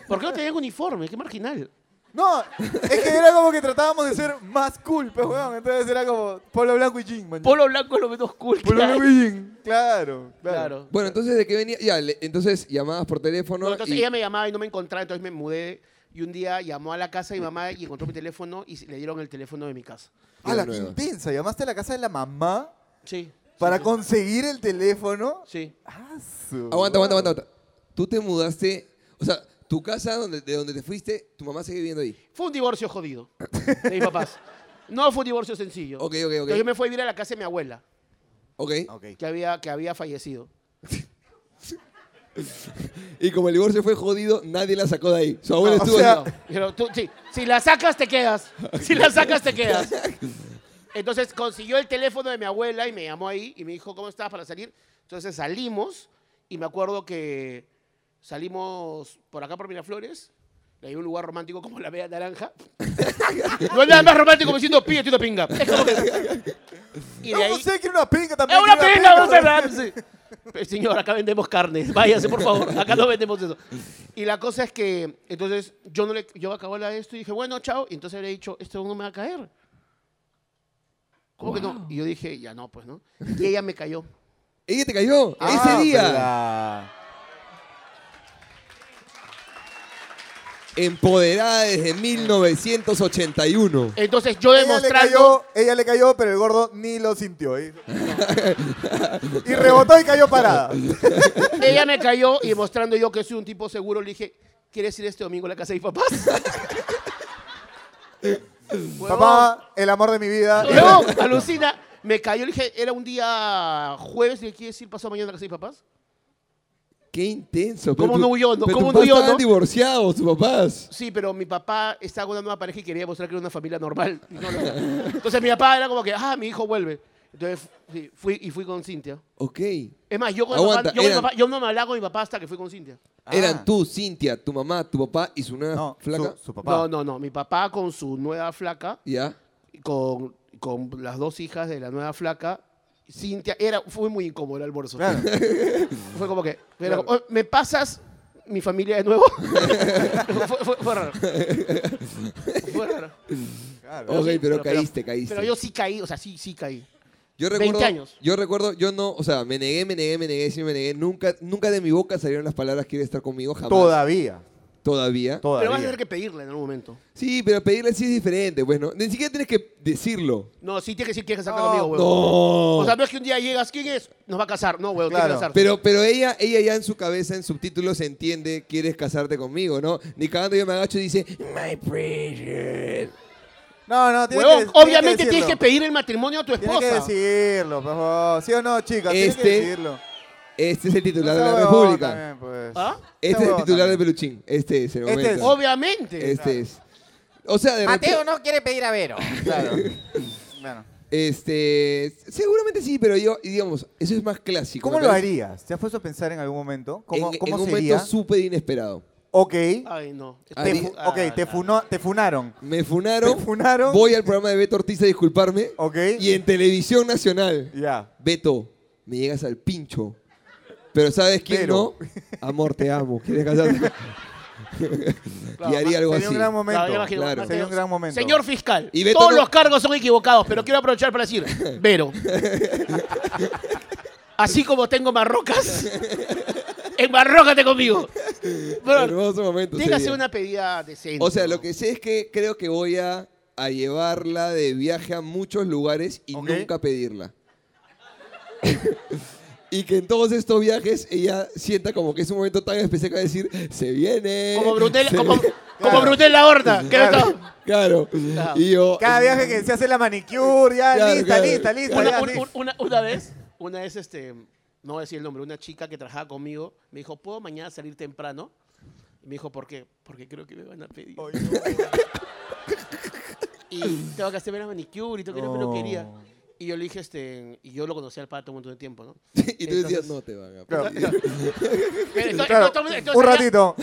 ¿Por qué no tenían uniforme? Qué marginal. No, es que era como que tratábamos de ser más cool, pues, weón. Entonces era como polo blanco y jean, man. Polo blanco es lo menos cool. que Polo hay. blanco y jean. Claro, claro. Claro. bueno, entonces de qué venía. Ya, le- entonces llamabas por teléfono. No, entonces y- ella me llamaba y no me encontraba, entonces me mudé. Y un día llamó a la casa de mi mamá y encontró mi teléfono y le dieron el teléfono de mi casa. A Ah, la Nueva. intensa, llamaste a la casa de la mamá Sí. para sí, conseguir el teléfono. Sí. Ah, su- Aguanta, aguanta, aguanta, aguanta. Tú te mudaste. O sea, tu casa donde, de donde te fuiste, tu mamá sigue viviendo ahí. Fue un divorcio jodido de mis papás. No fue un divorcio sencillo. Ok, ok, Entonces yo ok. me fui a vivir a la casa de mi abuela, Ok. Ok. que había, que había fallecido. Y como el divorcio fue jodido, nadie la sacó de ahí. Su abuela Ah, No, o estuvo sea, ahí. No, pero tú- sí, si la sacas, te quedas. Si la sacas, te quedas. Entonces consiguió el teléfono de mi abuela y me llamó ahí y me dijo, ¿cómo estás para salir? Entonces salimos y me acuerdo que salimos por acá por Miraflores. Y hay un lugar romántico como la Vea Naranja. No es nada más romántico como diciendo pilla, tito pinga. Es como que- Y No, de ahí. no sé, quiero una pinga también. ¡Es una quiero pena! vamos a hablar, sí. Pero, Señor, acá vendemos carnes. Váyase, por favor. Acá no vendemos eso. Y la cosa es que, entonces, yo no le, yo acabó la de esto y dije, bueno, chao. Y entonces le he dicho, esto no me va a caer. ¿Cómo que no? Y yo dije, ya no, pues, ¿no? Y ella me cayó. Ella te cayó Ah, ese día. verdad. Empoderada desde 1981. Entonces yo Ella le, demostrando... cayó, ella le cayó, pero el gordo ni lo sintió. ¿eh? y rebotó y cayó parada. Ella me cayó y demostrando yo que soy un tipo seguro, le dije, ¿quieres ir este domingo a la casa de mis papás? Papá, el amor de mi vida. No, alucina. Me cayó, le dije, era un día jueves, le dije, ¿quieres ir pasado mañana a la casa de mis papás? Qué intenso. ¿Cómo tu- no huyó, no? Pero ¿Cómo tus no papás huyó, estaban no? divorciados, tus papás. Sí, pero mi papá estaba con una nueva pareja y quería mostrar que era una familia normal. Y no lo era. Entonces mi papá era como que, ah, mi hijo vuelve. Entonces sí, fui y fui con Cintia. Ok. Es más, yo, con Aguanta, mi papá, yo, con mi eran- papá- yo no me hablaba con mi papá hasta que fui con Cintia. Ah. Eran tú, Cintia, tu mamá, tu papá y su nueva No, flaca. su, su papá. No, no, no. Mi papá con su nueva flaca, Ya. con, con las dos hijas de la nueva flaca, Cintia, era, fue muy incómodo el almuerzo. Claro. Fue como que, era como, "Oh, ¿me pasas mi familia de nuevo? fue, fue- fue raro. Fue raro. claro. Ok, sí, pero, pero- caíste, caíste. Pero yo sí caí, o sea, sí, sí caí. Yo 20 recuerdo, años. Yo recuerdo, yo no, o sea, me negué, me negué, me negué, sí me negué. Nunca, nunca de mi boca salieron las palabras quiere estar conmigo, jamás. Todavía. Todavía. Pero vas a Todavía. tener que pedirle en algún momento. sí, pero pedirle sí es diferente, pues, ¿no? Ni siquiera tienes que decirlo. No, sí tienes que decir que quieres casarte No, conmigo, huevo. No. O sea, no es que un día llegas, ¿quién es? Nos va a casar. No, huevo, Claro. tienes que casarte. pero, pero ella, ella ya en su cabeza, en subtítulos, entiende, quieres casarte conmigo, ¿no? Ni cagando yo me agacho y dice, my precious. No, no, tienes Huevón, que- obviamente tienes decirlo. que pedir el matrimonio a tu Tiene esposa. que decirlo, por favor. ¿Sí o no, chicas? Tiene Este- que decirlo. Este es el titular No de sea la huevón República. también, pues. ¿Ah? Este es el huevón titular de también. Peluchín. Este es el Este momento. es. Obviamente. Este es. O sea, de repente- no quiere pedir a Vero. Claro. bueno. Este, seguramente sí, pero yo, y digamos, eso es más clásico. ¿Cómo me lo parece. harías? ¿Te has puesto a pensar en algún momento? ¿Cómo, en, cómo en un sería? momento súper inesperado. Ok. Ay, no. Ah, Te Haría- fu- ok, te, funó- te funaron. Me funaron, Te funaron. voy al programa de Beto Ortiz a disculparme. Ok. Y en Televisión Nacional, Ya. Beto, me llegas al pincho. Pero ¿sabes quién Pero. no? Amor, te amo. ¿Quieres casarte? y haría algo Sería así. un gran momento. Claro, yo imagino, claro. Mateo, Sería un gran momento. Señor fiscal, Y Beto todos no- los cargos son equivocados, pero quiero aprovechar para decir, Vero, así como tengo marrocas, enmarrócate conmigo. Bro, Hermoso momento. tiene que sería. hacer una pedida decente. O sea, ¿no? lo que sé es que creo que voy a, a llevarla de viaje a muchos lugares y Ok. nunca pedirla. y que en todos estos viajes ella sienta como que es un momento tan especial que va a decir, se viene. Como Brutel, se como, viene". como Brutel la horta. que Claro. esto- Claro. Claro. Y yo, Cada viaje que se hace la manicure, ya, Claro, lista, claro. lista, lista, Una, ya, un- sí. un- una- una vez, una vez, este, no voy a decir el nombre, una chica que trabajaba conmigo me dijo, ¿puedo mañana salir temprano? Y me dijo, ¿por qué? Porque creo que me van a pedir. Y tengo que hacerme la manicure y todo, que no me lo quería. No. Y yo le dije, este, y yo lo conocí al pato un montón de tiempo, ¿no? y tú decías, Entonces- no te van a Claro. pedir". Pero entonces- Claro, entonces- entonces un había- ratito.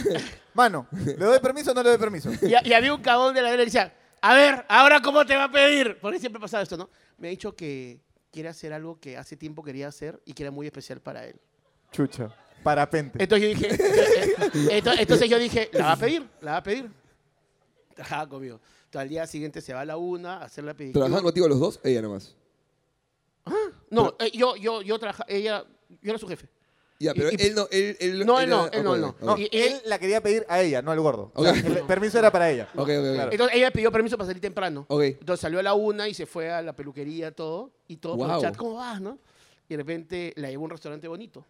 Mano, ¿le doy permiso o no le doy permiso? Y, y había un cabón de la derecha que decía, a ver, ¿ahora cómo te va a pedir? Porque siempre ha pasado esto, ¿no? Me ha dicho que quiere hacer algo que hace tiempo quería hacer y que era muy especial para él. Chucha. Parapente. Entonces yo dije, eh, eh, ento- entonces yo dije, la va a pedir, la va a pedir. Trabajaba conmigo. Entonces al día siguiente se va a la una a hacer la pedicura. ¿Trabajaban contigo los dos? Ella nomás. No, eh, yo, yo, yo trabajaba, ella, yo era su jefe. Ya, pero Y- y- él no, él, él No, él no, era- él no, él ok, no. No, ok. y- él la quería pedir a ella, no al gordo. O sea, Ok. el permiso era para ella. Ok, ok, ok. Claro. Entonces ella pidió permiso para salir temprano. Ok. Entonces salió a la una y se fue a la peluquería, todo. Y todo por Guau. el chat, ¿cómo vas, no? Y de repente la llevó a un restaurante bonito.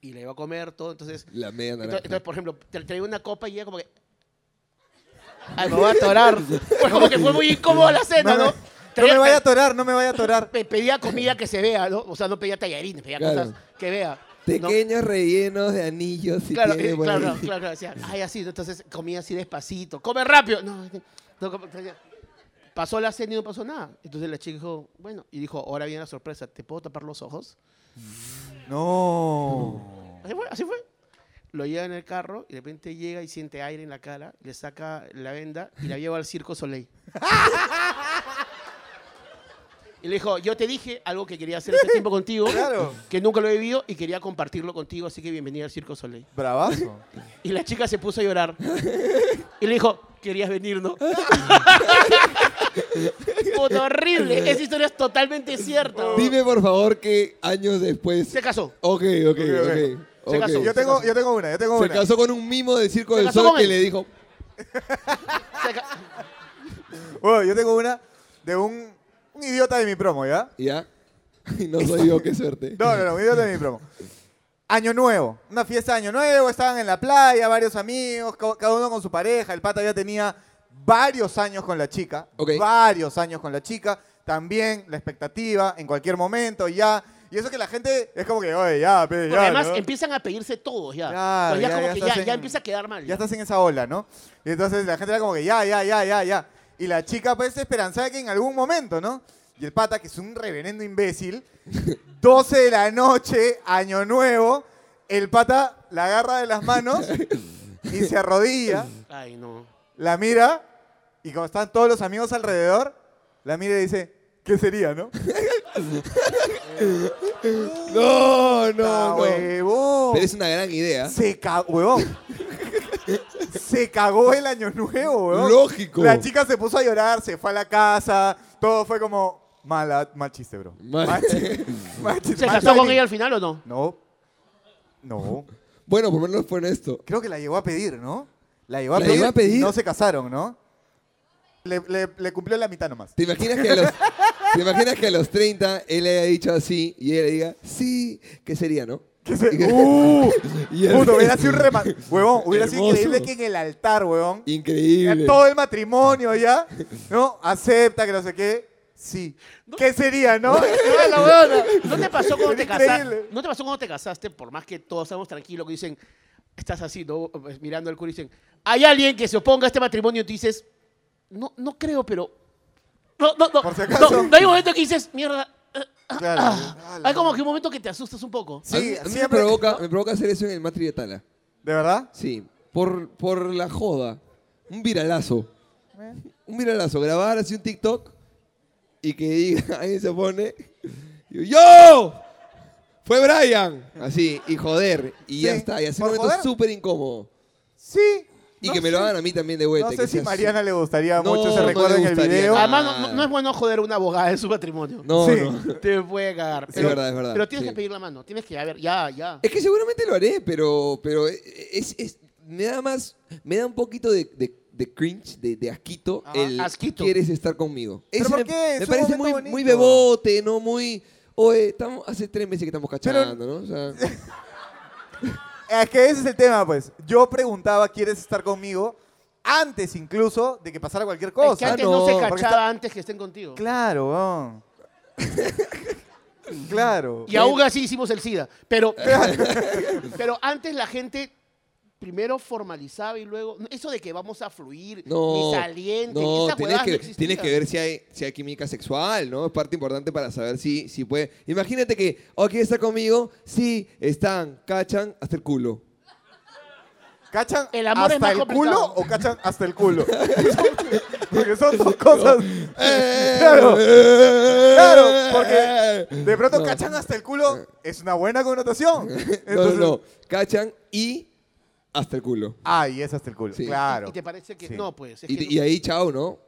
Y la iba a comer, todo. Entonces, La media entonces, naranja. entonces, por ejemplo, te traía una copa y ella como que... Ay, me voy a atorar. Fue como que fue muy incómodo la cena, ¿no? No, no, no me vaya a atorar, no me vaya a atorar. Pe- pedía comida que se vea, ¿no? O sea, no pedía tallarines, pedía Claro. cosas que vea. ¿no? Pequeños rellenos de anillos. Si claro, tiene eh, por claro, ahí. claro, claro, decía, ay, así, ¿no? entonces comía así despacito, come rápido. No, no, como- pasó la cena y no pasó nada. Entonces la chica dijo, bueno, y dijo, ahora viene la sorpresa, ¿te puedo tapar los ojos? No. Así fue, así fue. Lo lleva en el carro y de repente llega y siente aire en la cara, le saca la venda y la lleva al circo Soleil. Y le dijo, yo te dije algo que quería hacer este tiempo contigo, Claro. que nunca lo he vivido y quería compartirlo contigo, así que bienvenida al Circo Soleil. Bravazo. Y la chica se puso a llorar. Y le dijo, querías venir, ¿no? Puta, horrible. Esa historia es totalmente cierta. bro. Dime por favor que años después. Se casó. Ok, ok, ok. ok. Se ok. casó. Yo tengo, yo tengo una, yo tengo Se una. casó con un mimo del Circo Se del casó Sol con que él. le dijo. Se ca- Bueno, yo tengo una de un, un idiota de mi promo, ¿ya? Ya. Y no soy yo, qué suerte. No, no, no, un idiota de mi promo. Año nuevo, una fiesta de año nuevo, estaban en la playa, varios amigos, ca- cada uno con su pareja, el pata ya tenía varios años con la chica, Ok. varios años con la chica, también la expectativa, en cualquier momento, ya, y eso que la gente es como que, oye, ya, pe, Porque ya, además ¿no? empiezan a pedirse todos ya. Claro, Entonces pues ya- ya, como ya que estás ya, en- ya empieza a quedar mal. ya estás en esa ola, ¿no? Y entonces la gente era como que ya, ya, ya, ya, ya. Y la chica pues esperanzada que en algún momento, ¿no? Y el pata, que es un reverendo imbécil, 12 de la noche, año nuevo, el pata la agarra de las manos y se arrodilla, Ay, no. la mira, y como están todos los amigos alrededor, la mira y dice, ¿qué sería, no? No, Ah, no, no. huevón. Pero es una gran idea. Se cagó, huevón. se cagó el año nuevo, huevón. Lógico. La chica se puso a llorar, se fue a la casa, todo fue como mala, mal chiste, bro. Mal- chiste. mal chiste, ¿Se mal casó con timing. ella al final o no? No. No. Bueno, por lo menos fue en esto. Creo que la llegó a pedir, ¿no? La llegó a, ¿La pedir, llegó a pedir? y No se casaron, ¿no? Le, le- le cumplió la mitad nomás. ¿Te imaginas que a los, ¿te imaginas que a los 30 él le haya dicho así y ella le diga, sí, ¿qué sería, no? Que se- ¡Uh! Y él- Puto, hubiera sido un rema... Huevón, hubiera sido Hermoso. increíble que en el altar, huevón, Ya Increíble. todo el matrimonio ya, ¿no? Acepta que no sé qué. Sí. ¿Qué sería, no? La huevona. ¿No te pasó cuando te casaste? Increíble. ¿No te pasó cuando te casaste? Por más que todos estamos tranquilos, que dicen, estás así, ¿no? Pues, mirando al culo y dicen, hay alguien que se oponga a este matrimonio y tú dices, no, no creo, pero. No, no, no. Por si acaso. No, no hay momento que dices, mierda. eh, Claro. Hay como que un momento que te asustas un poco. A mí, Sí, a mí me, siempre- provoca, me provoca hacer eso en el matri de Tala. ¿De verdad? Sí, por, por la joda. Un viralazo. Un viralazo. Grabar así un TikTok y que diga, alguien se pone. y yo, ¡Yo! ¡Fue Brian! Así, y joder. Y ya Sí, está. Y hace un por momento joder. súper incómodo. Sí. Y no que me lo sé. hagan a mí también de vuelta. No que sé si sea así. Mariana le gustaría No, mucho ese no recuerdo le en el gustaría video. nada. Además, no, no- no es bueno joder una abogada de su matrimonio. No, Sí. no. Te puede cagar. Es Pero, verdad, es verdad, Pero tienes sí. que pedir la mano. Tienes que, a ver, ya, ya. Es que seguramente lo haré, pero, pero e, es, es- me da más, me da un poquito de, de- de cringe, de, de asquito. Ajá, el asquito. quieres estar conmigo. ¿Pero Ese por me- qué? Me, Es un parece momento muy, bonito. muy bebote, no muy. Oye, estamos, hace tres meses que estamos cachando, ¿no? O sea, Ah, Es que ese es el tema, pues. Yo preguntaba, ¿quieres estar conmigo? Antes incluso de que pasara cualquier cosa. Es que antes Ah, no, no, se porque cachaba está- antes que estén contigo. Claro, weón. claro. Y aún así hicimos el SIDA. Pero, pero antes la gente primero formalizaba y luego. Eso de que vamos a fluir, no. ni saliente, no, esas tienes huevadas no que, existían. tienes que ver si hay, si hay química sexual, ¿no? Es parte importante para saber si, si puede. Imagínate que, oh, ¿quieres estar conmigo? Sí, están, cachan, hasta el culo. ¿Cachan El amor es hasta más el complicado. culo o cachan hasta el culo? porque son dos cosas. Eh, claro. Claro, porque de pronto No. cachan hasta el culo es una buena connotación. No, no, Entonces, no. Cachan y hasta el culo. Ay, es hasta el culo, Sí. claro. Y te parece que. Sí. No, pues. es que- Y, y ahí, chao, ¿no?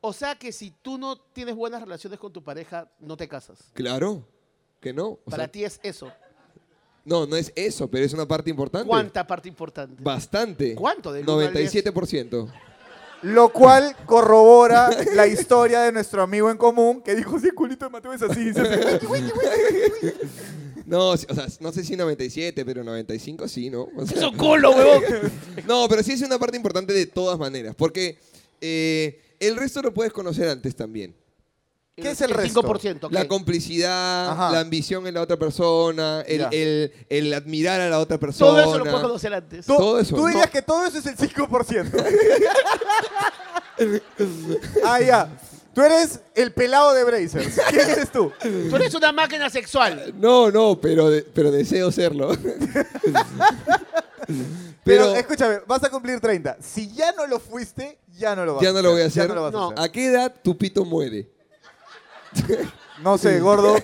O sea que si tú no tienes buenas relaciones con tu pareja, no te casas. Claro. Que no. O Para sea, ti es eso. No, no es eso, pero es una parte importante. ¿Cuánta parte importante? Bastante. ¿Cuánto? Del uno al diez. 97%. Lo cual corrobora la historia de nuestro amigo en común que dijo: Si el culito de Mateo es así, se hace- No, sí, o sea, no sé si 97, pero 95 sí, ¿no? O sea, Es un culo, huevón. no, pero sí es una parte importante de todas maneras, porque eh, el resto lo puedes conocer antes también. ¿Qué es el resto? 5%. ok. La complicidad, Ajá. la ambición en la otra persona, el, Ya. el- el admirar a la otra persona. Todo eso lo puedes conocer antes. Tú- Todo eso. Tú dirías que todo eso es el 5%. ah, ya. Tú eres el pelado de Brazers. ¿Quién eres tú? Tú eres una máquina sexual. No, no, pero, de- pero deseo serlo. Pero, pero escúchame, vas a cumplir 30. Si ya no lo fuiste, ya no lo vas Ya a no lo voy a Ya hacer. no lo vas No. a hacer. ¿a qué edad tu pito muere? No sé, gordo.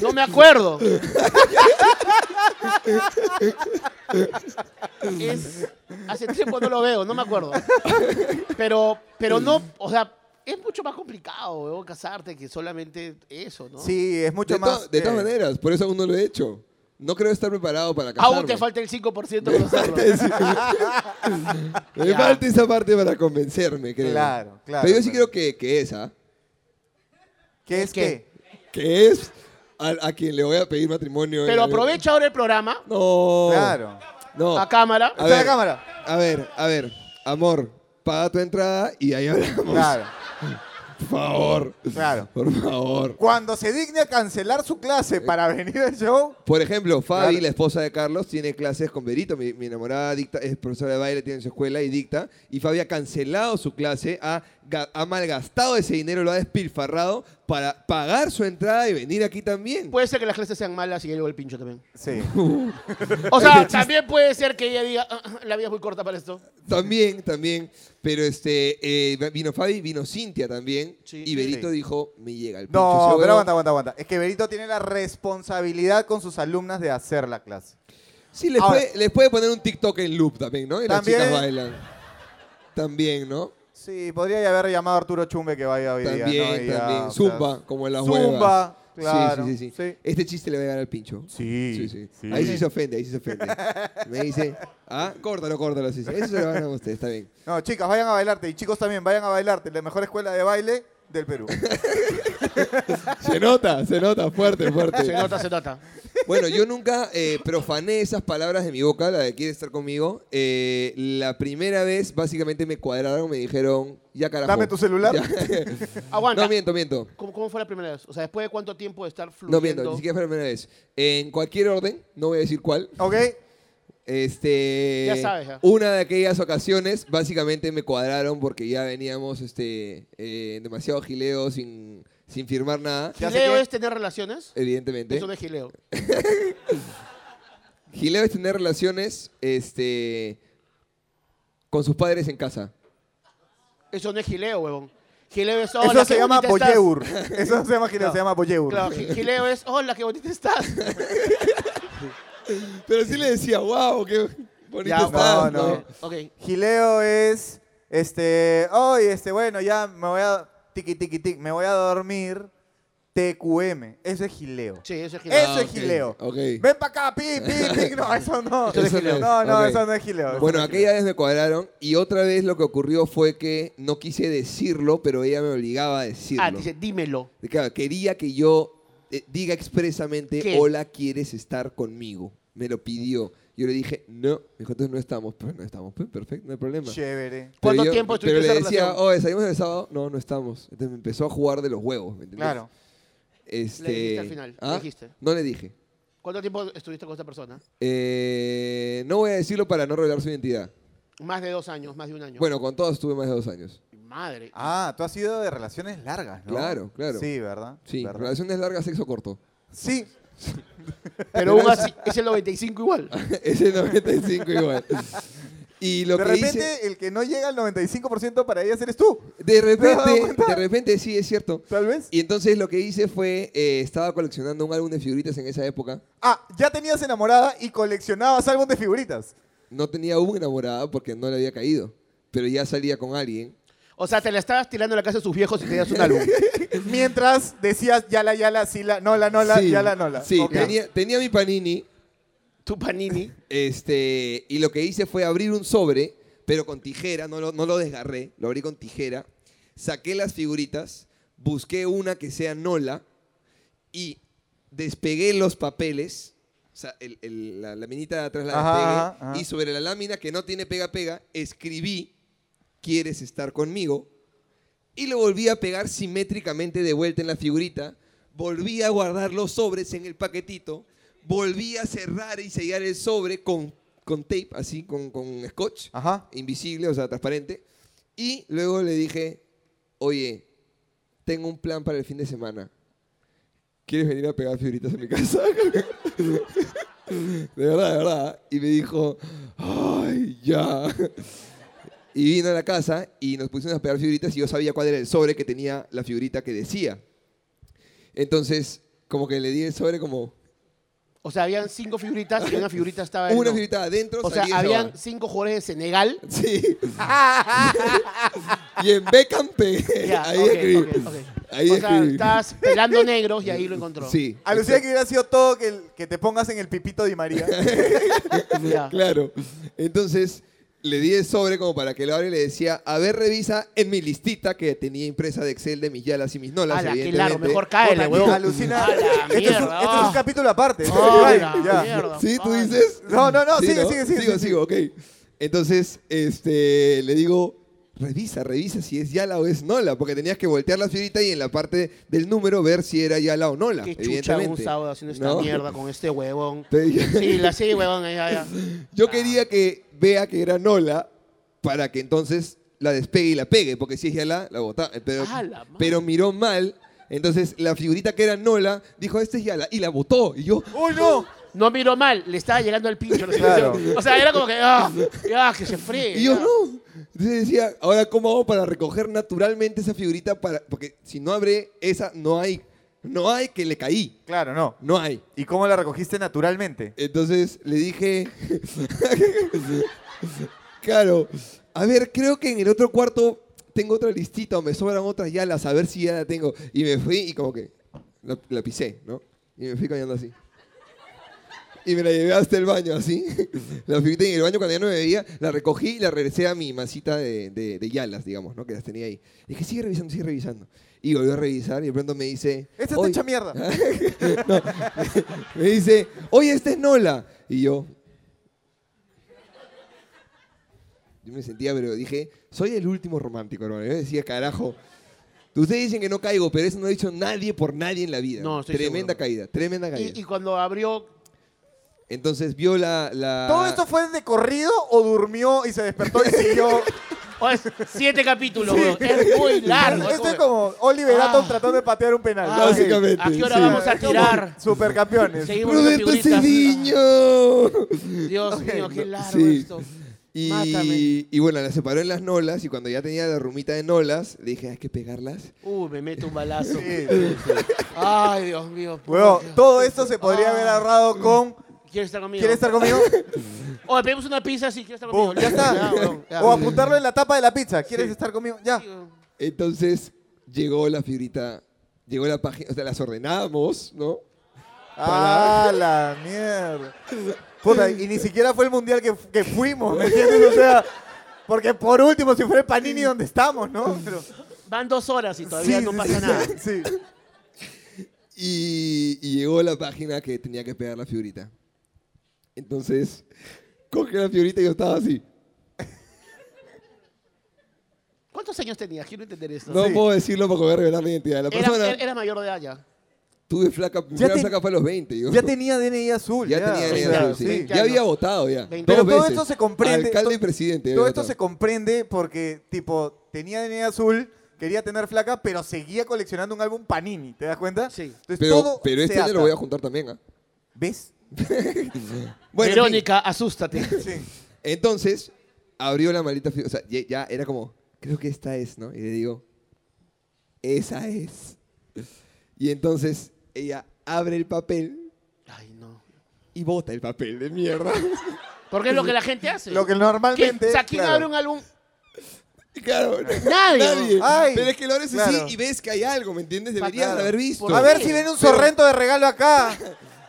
No me acuerdo. Es- hace tiempo no lo veo, no me acuerdo. Pero, pero no, o sea, es mucho más complicado, huevón, casarte que solamente eso, ¿no? Sí, es mucho De, to- más. de eh, todas maneras, por eso aún no lo he hecho. No creo estar preparado para casarme. Aún te falta el 5% para hacerlo. Me Ya. falta esa parte para convencerme, creo. Claro, claro. Pero yo sí claro. creo que, que esa, ¿Qué es ¿Qué? qué? que es a, a quien le voy a pedir matrimonio. en Pero la vida. aprovecha ahora el programa, No. Claro. No. a cámara. A Está la ver. cámara. A ver, a ver. Amor, paga tu entrada y ahí hablamos. Claro, Por favor. claro. Por favor. Cuando se digne a cancelar su clase Eh. para venir al show, Por ejemplo, Fabi, Claro. la esposa de Carlos, tiene clases con Berito. Mi, mi enamorada dicta, es profesora de baile, tiene su escuela y dicta. Y Fabi ha cancelado su clase, ha, ga- ha malgastado ese dinero, lo ha despilfarrado para pagar su entrada y venir aquí también. Pues, Puede ser que las clases sean malas y ella llevo el pincho también. sí. O sea, también puede ser que ella diga, "Ah, ah, la vida es muy corta para esto. También, también. Pero este eh, vino Fabi, vino Cintia también. Sí. y Berito Sí. dijo, me llega el pincho. Se No, lo pero veo. aguanta, aguanta, aguanta. Es que Berito tiene la responsabilidad con sus alumnas de hacer la clase. Sí, les, Ahora- puede, les puede poner un TikTok en loop también, ¿no? Y También. las chicas bailan. También, ¿no? Sí, podría haber llamado a Arturo Chumbe que vaya hoy También, día. ¿no? Y ya, también. o sea, Zumba, como en las Zumba, huevas. Sí, claro, Sí, sí, sí, sí. Este chiste le va a llegar al pincho. Sí, sí. sí. Ahí sí se ofende, ahí sí se ofende. Me dice, ah, córtalo, córtalo. sí, sí. Eso se lo van a ustedes, está bien. No, chicas, vayan a bailarte. Y chicos también, vayan a bailarte. La mejor escuela de baile del Perú. Se nota, se nota, fuerte, fuerte. Se nota, se nota. Bueno, yo nunca eh, profané esas palabras de mi boca, la de quieres estar conmigo. Eh, la primera vez, básicamente me cuadraron, me dijeron, ya carajo. Dame tu celular. Ya. Aguanta. no, miento, miento. ¿Cómo, cómo fue la primera vez? O sea, ¿después de cuánto tiempo de estar fluyendo? No miento, ni siquiera fue la primera vez. En cualquier orden, no voy a decir cuál. ¿Ok? Este, Ya sabes, ya. Una de aquellas ocasiones, básicamente me cuadraron porque ya veníamos este, eh, demasiado gileo sin, sin firmar nada, Ya sé ¿Gileo que- es tener Eh, relaciones? evidentemente. Eso no es gileo. Gileo es tener relaciones este, con sus padres en casa. Eso no es gileo, huevón. Gileo es, hola, Eso qué se llama bonita estás". Boyeur. Eso no se llama Gileo, No. se llama Boyeur. Claro, gi- gileo es, hola, qué bonita estás. Pero sí le decía, wow, qué bonito Ya, estás", no, no. ¿no? Ok. Gileo es, este, hoy, este, bueno, ya me voy a, tiki, tiki, tiki, me voy a dormir, TQM. Eso es gileo. Sí, eso es Eso Ah, es ok, gileo. ok. Ven para acá, pi, pi, pi. No, eso no. Eso es gileo. No, no, Ok. eso no es gileo. eso Bueno, no es aquella vez me cuadraron y otra vez lo que ocurrió fue que no quise decirlo, pero ella me obligaba a decirlo. Ah, dice, dímelo. Claro, quería que yo eh, diga expresamente, ¿Qué? hola, ¿quieres estar conmigo? Me lo pidió. Yo le dije, no. Me dijo, entonces no estamos. Pues no estamos, pues perfecto, no hay problema. gileo. Chévere. Pero ¿Cuánto yo- tiempo Pero estuviste le en esa decía, relación? oye, salimos el sábado. No, no estamos. Entonces me empezó a jugar de los huevos, ¿me entiendes? Claro. Este, Le dijiste al final, le ¿Ah? dijiste. No le dije. ¿Cuánto tiempo estuviste con esta persona? Eh, no voy a decirlo para no revelar su identidad. Más de dos años, más de un año. Bueno, con todas estuve más de dos años. Madre. Ah, tú has sido de relaciones largas, ¿no? Claro, claro. Sí, ¿verdad? Sí, ¿verdad? relaciones largas, sexo corto. Sí. Pero aún así, es el 95 igual. es el 95 igual. Y lo de que repente, hice, el que no llega al 95% para ellas eres tú, de dado repente, cuenta? de repente sí es cierto. tal vez. Y entonces lo que hice fue, eh, estaba coleccionando un álbum de figuritas en esa época. Ah, ya tenías enamorada y coleccionabas álbum de figuritas. No tenía un enamorado porque no le había caído, pero ya salía con alguien. O sea, te la estabas tirando a la casa de sus viejos y tenías un álbum. Mientras decías yala, yala, sila, nola, nola, Sí, yala, nola. Sí, Ok. tenía, tenía mi panini, Tu panini. este, y lo que hice fue abrir un sobre, pero con tijera, no lo, no lo desgarré, lo abrí con tijera, saqué las figuritas, busqué una que sea Nola y despegué los papeles, o sea, el- el- la laminita de atrás la Ajá, despegué, ajá, ajá. y sobre la lámina que no tiene pega-pega, escribí, ¿quieres estar conmigo? Y lo volví a pegar simétricamente de vuelta en la figurita, volví a guardar los sobres en el paquetito, volví a cerrar y sellar el sobre con, con tape, así, con, con scotch Ajá. invisible, o sea, transparente. Y luego le dije, oye, tengo un plan para el fin de semana. ¿Quieres venir a pegar figuritas en mi casa? de verdad, de verdad. Y me dijo, ay, ya. Y vino a la casa y nos pusimos a pegar figuritas y yo sabía cuál era el sobre que tenía la figurita que decía. Entonces, como que le di el sobre como O sea, habían cinco figuritas y una figurita estaba en. una figurita adentro. O sea, salía esa habían vaina. cinco jugadores de Senegal. Sí. y en Beckham pegué. Ya, ahí ok, escribí. ok, ok. Ahí o sea, escribí. estabas pelando negros y ahí lo encontró. Sí. Alucina que hubiera sido todo que, el- que te pongas en el pipito de María. Ya. Claro. Entonces le di el sobre como para que lo abra y le decía, a ver, revisa en mi listita que tenía impresa de Excel de mis yalas y mis nolas, Ala, qué evidentemente. largo, mejor cáele, Puta, huevón. Alucina. A la este, es un, mierda, este es un ah. capítulo aparte. Ah, Ya. la mierda. Sí, tú Ah. dices. No, no, no, Sí, sigue, sigue, sigue, Sigo, sigue. sigo, ok. Entonces, este, le digo, revisa, revisa si es Yala o es Nola, porque tenías que voltear la figurita y en la parte del número ver si era Yala o Nola. ah, Qué chucha un evidentemente. sábado haciendo esta ¿No? mierda con este huevón. Te dije- Sí, la sí, huevón. ahí, ahí, ahí. Yo quería que vea que era Nola para que entonces la despegue y la pegue, porque si es Yala, la bota. Pero, Ah, la madre. pero miró mal, entonces la figurita que era Nola dijo, este es Yala, y la botó. Y yo, ¡Uy, no! No miró mal, le estaba llegando al pincho. no sé qué Claro. hacer. O sea, era como que, ah, ah, que se fríe. y yo ya. no. Entonces decía, ahora cómo hago para recoger naturalmente esa figurita, para porque si no abre esa, no hay, no hay que le caí, Claro, no. no hay. ¿Y cómo la recogiste naturalmente? Entonces le dije, claro, a ver, creo que en el otro cuarto tengo otra listita o me sobran otras yalas, a ver si ya la tengo. Y me fui y como que la, la pisé, ¿no? Y me fui caminando así. Y me la llevé hasta el baño, así. La figurita en el baño cuando ya no me veía, la recogí y la regresé a mi masita de, de- de yalas, digamos, ¿no? Que las tenía ahí. Y dije, sigue revisando, sigue revisando. Y volvió a revisar y de pronto me dice... Esta está "Oye, hecha mierda. me dice, oye, esta es Nola. Y yo. Yo me sentía, pero dije, soy el último romántico, hermano. Yo decía, carajo. Ustedes dicen que no caigo, pero eso no ha dicho nadie por nadie en la vida. No, estoy tremenda seguro. caída, tremenda caída. Y, y cuando abrió, Entonces vio la. la- ¿Todo esto fue de corrido o durmió y se despertó y siguió? oh, es siete capítulos, huevón. Es muy largo. Esto es como- como Oliver Atom Ah. tratando de patear un penal. Ah, Básicamente. Básicamente. ¿A qué hora sí. vamos a tirar? Supercampeones. Seguimos con ¡Roberto figuritas. Cediño! Dios Ok, mío, no, qué largo sí. esto. Mátame. Y, y bueno, la separó en las nolas y cuando ya tenía la rumita de nolas, le dije, hay que pegarlas. Uy, Uh, me meto un balazo. Sí. Ay, Dios mío. Huevón, puta. Ah. todo esto se podría haber ahorrado con ¿Quieres estar conmigo? ¿Quieres estar conmigo? O le pedimos una pizza si quieres estar Boom, conmigo. ya está. weón, ya. o apuntarlo en la tapa de la pizza. ¿Quieres estar conmigo? Ya. Sí, weón. Entonces llegó la fibrita, llegó la página, o sea, las ordenamos, ¿no? ¡Ah, la mierda! Puta, y ni siquiera fue el mundial que, que fuimos, ¿me entiendes? O sea, porque por último, si fuera el Panini donde estamos, ¿no? Pero- Van dos horas y todavía Sí, no sí, pasa sí, nada. sí. Y, y llegó la página que tenía que pegar la fibrita. Entonces, coge la fibrita y yo estaba así. ¿Cuántos años tenías? Quiero entender eso. No Sí. puedo decirlo porque voy a revelar la identidad de la Era, persona. er- era mayor de edad ya. Tuve flaca, mi Ya primera te- flaca fue a los 20. yo. Ya tenía DNI azul. Ya tenía o DNI sea, azul, sí. sí. Ya había votado ya. Veinte. Pero Dos todo veces. esto se comprende. Alcalde to- y presidente. Todo había esto se votado. comprende porque, tipo, tenía DNI azul, quería tener flaca, pero seguía coleccionando un álbum Panini, ¿te das cuenta? Sí. Entonces, Pero, todo pero se este año ata. lo voy a juntar también. ¿ah? ¿Ves? Bueno, en fin. Verónica, asústate. Sí. Entonces, abrió la maldita fibra. O sea, ya, ya era como, creo que esta es, ¿no? Y le digo, esa es. Y entonces ella abre el papel Ay, no. y bota el papel de mierda. Porque es lo que la gente hace. Lo que ¿Quién- normalmente. o sea, ¿quién claro. abre un álbum? Y claro, Nadie. nadie. Ay, Pero es que lo abres claro. así y ves que hay algo, ¿me entiendes? Deberías claro. haber visto. Por- A ver si Sí, viene un pero- sorrento de regalo acá.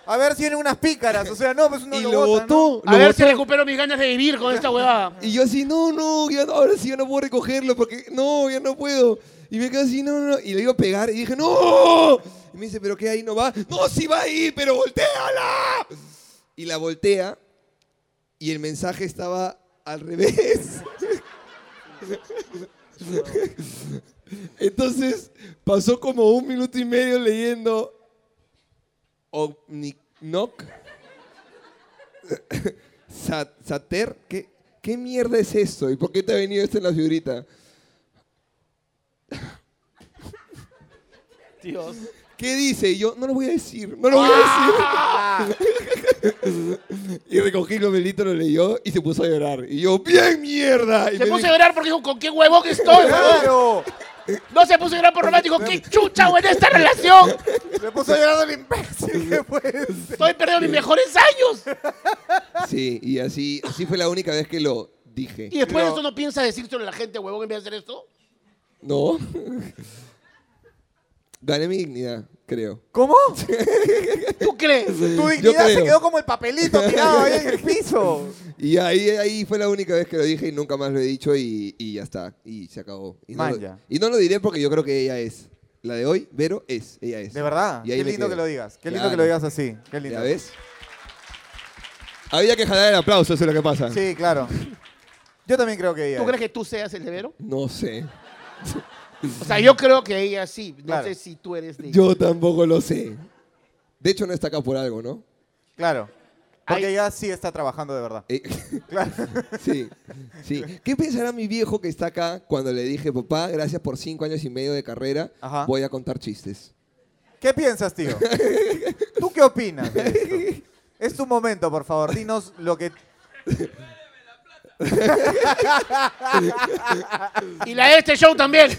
A ver si vienen unas pícaras. O sea, no, pues uno y lo, lo, bota, ¿no? botó. A lo ver botó. si recupero mis ganas de vivir con esta huevada. Y yo así, no, no, ya no- ahora sí ya no puedo recogerlo porque no, ya no puedo. Y me quedo así, no, no, no. Y le iba a pegar y dije, no. Y me dice, pero qué ahí no va. No, sí va ahí, pero volteala. Y la voltea y el mensaje estaba al revés. Entonces pasó como un minuto y medio leyendo Omniknock. Sa- Sater, ¿qué, ¿qué mierda es esto? ¿Y por qué te ha venido esto en la figurita? Dios. ¿Qué dice? Y yo, no lo voy a decir, no lo voy ¡Ah! a decir. y recogí los velitos, lo leyó y se puso a llorar. Y yo, bien mierda. Y Se me puso a dijo, llorar porque dijo, ¿con qué huevo que estoy? huevón? ¡Claro! No se puso a llorar por romántico. ¿Qué chucha, huevón, esta relación? Le puso llorando el imbécil. ¿Qué puede ser? Estoy perdiendo mis mejores años. Sí, y así, así fue la única vez que lo dije. Y después de No. eso no piensa decírselo a la gente, huevón, en vez de hacer esto. No. Gané mi dignidad, creo. ¿Cómo? ¿Tú crees? Tu dignidad se creo. quedó como el papelito tirado ahí en el piso. Y ahí, ahí fue la única vez que lo dije y nunca más lo he dicho y, y ya está. Y se acabó. Y no, lo, Manja. y no lo diré porque yo creo que ella es. La de hoy, Vero, es. Ella es. De verdad. Y ahí Qué me lindo quedo. que lo digas. Qué lindo Claro. que lo digas así. Qué lindo. ¿Ya ves? Había que jalar el aplauso, eso es lo que pasa. Sí, claro. Yo también creo que ella. ¿Tú crees que tú seas el de Vero? No sé. O sea, yo creo que ella sí. No Claro. sé si tú eres de Yo tampoco lo sé. De hecho, no está acá por algo, ¿no? Claro. Porque Ay. ella sí está trabajando de verdad. Eh, Claro. sí, sí. ¿Qué pensará mi viejo que está acá cuando le dije, papá, gracias por cinco años y medio de carrera, Ajá. voy a contar chistes? ¿Qué piensas, tío? ¿Tú qué opinas? de esto? Es tu momento, por favor. Dinos lo que. Y la de este show también.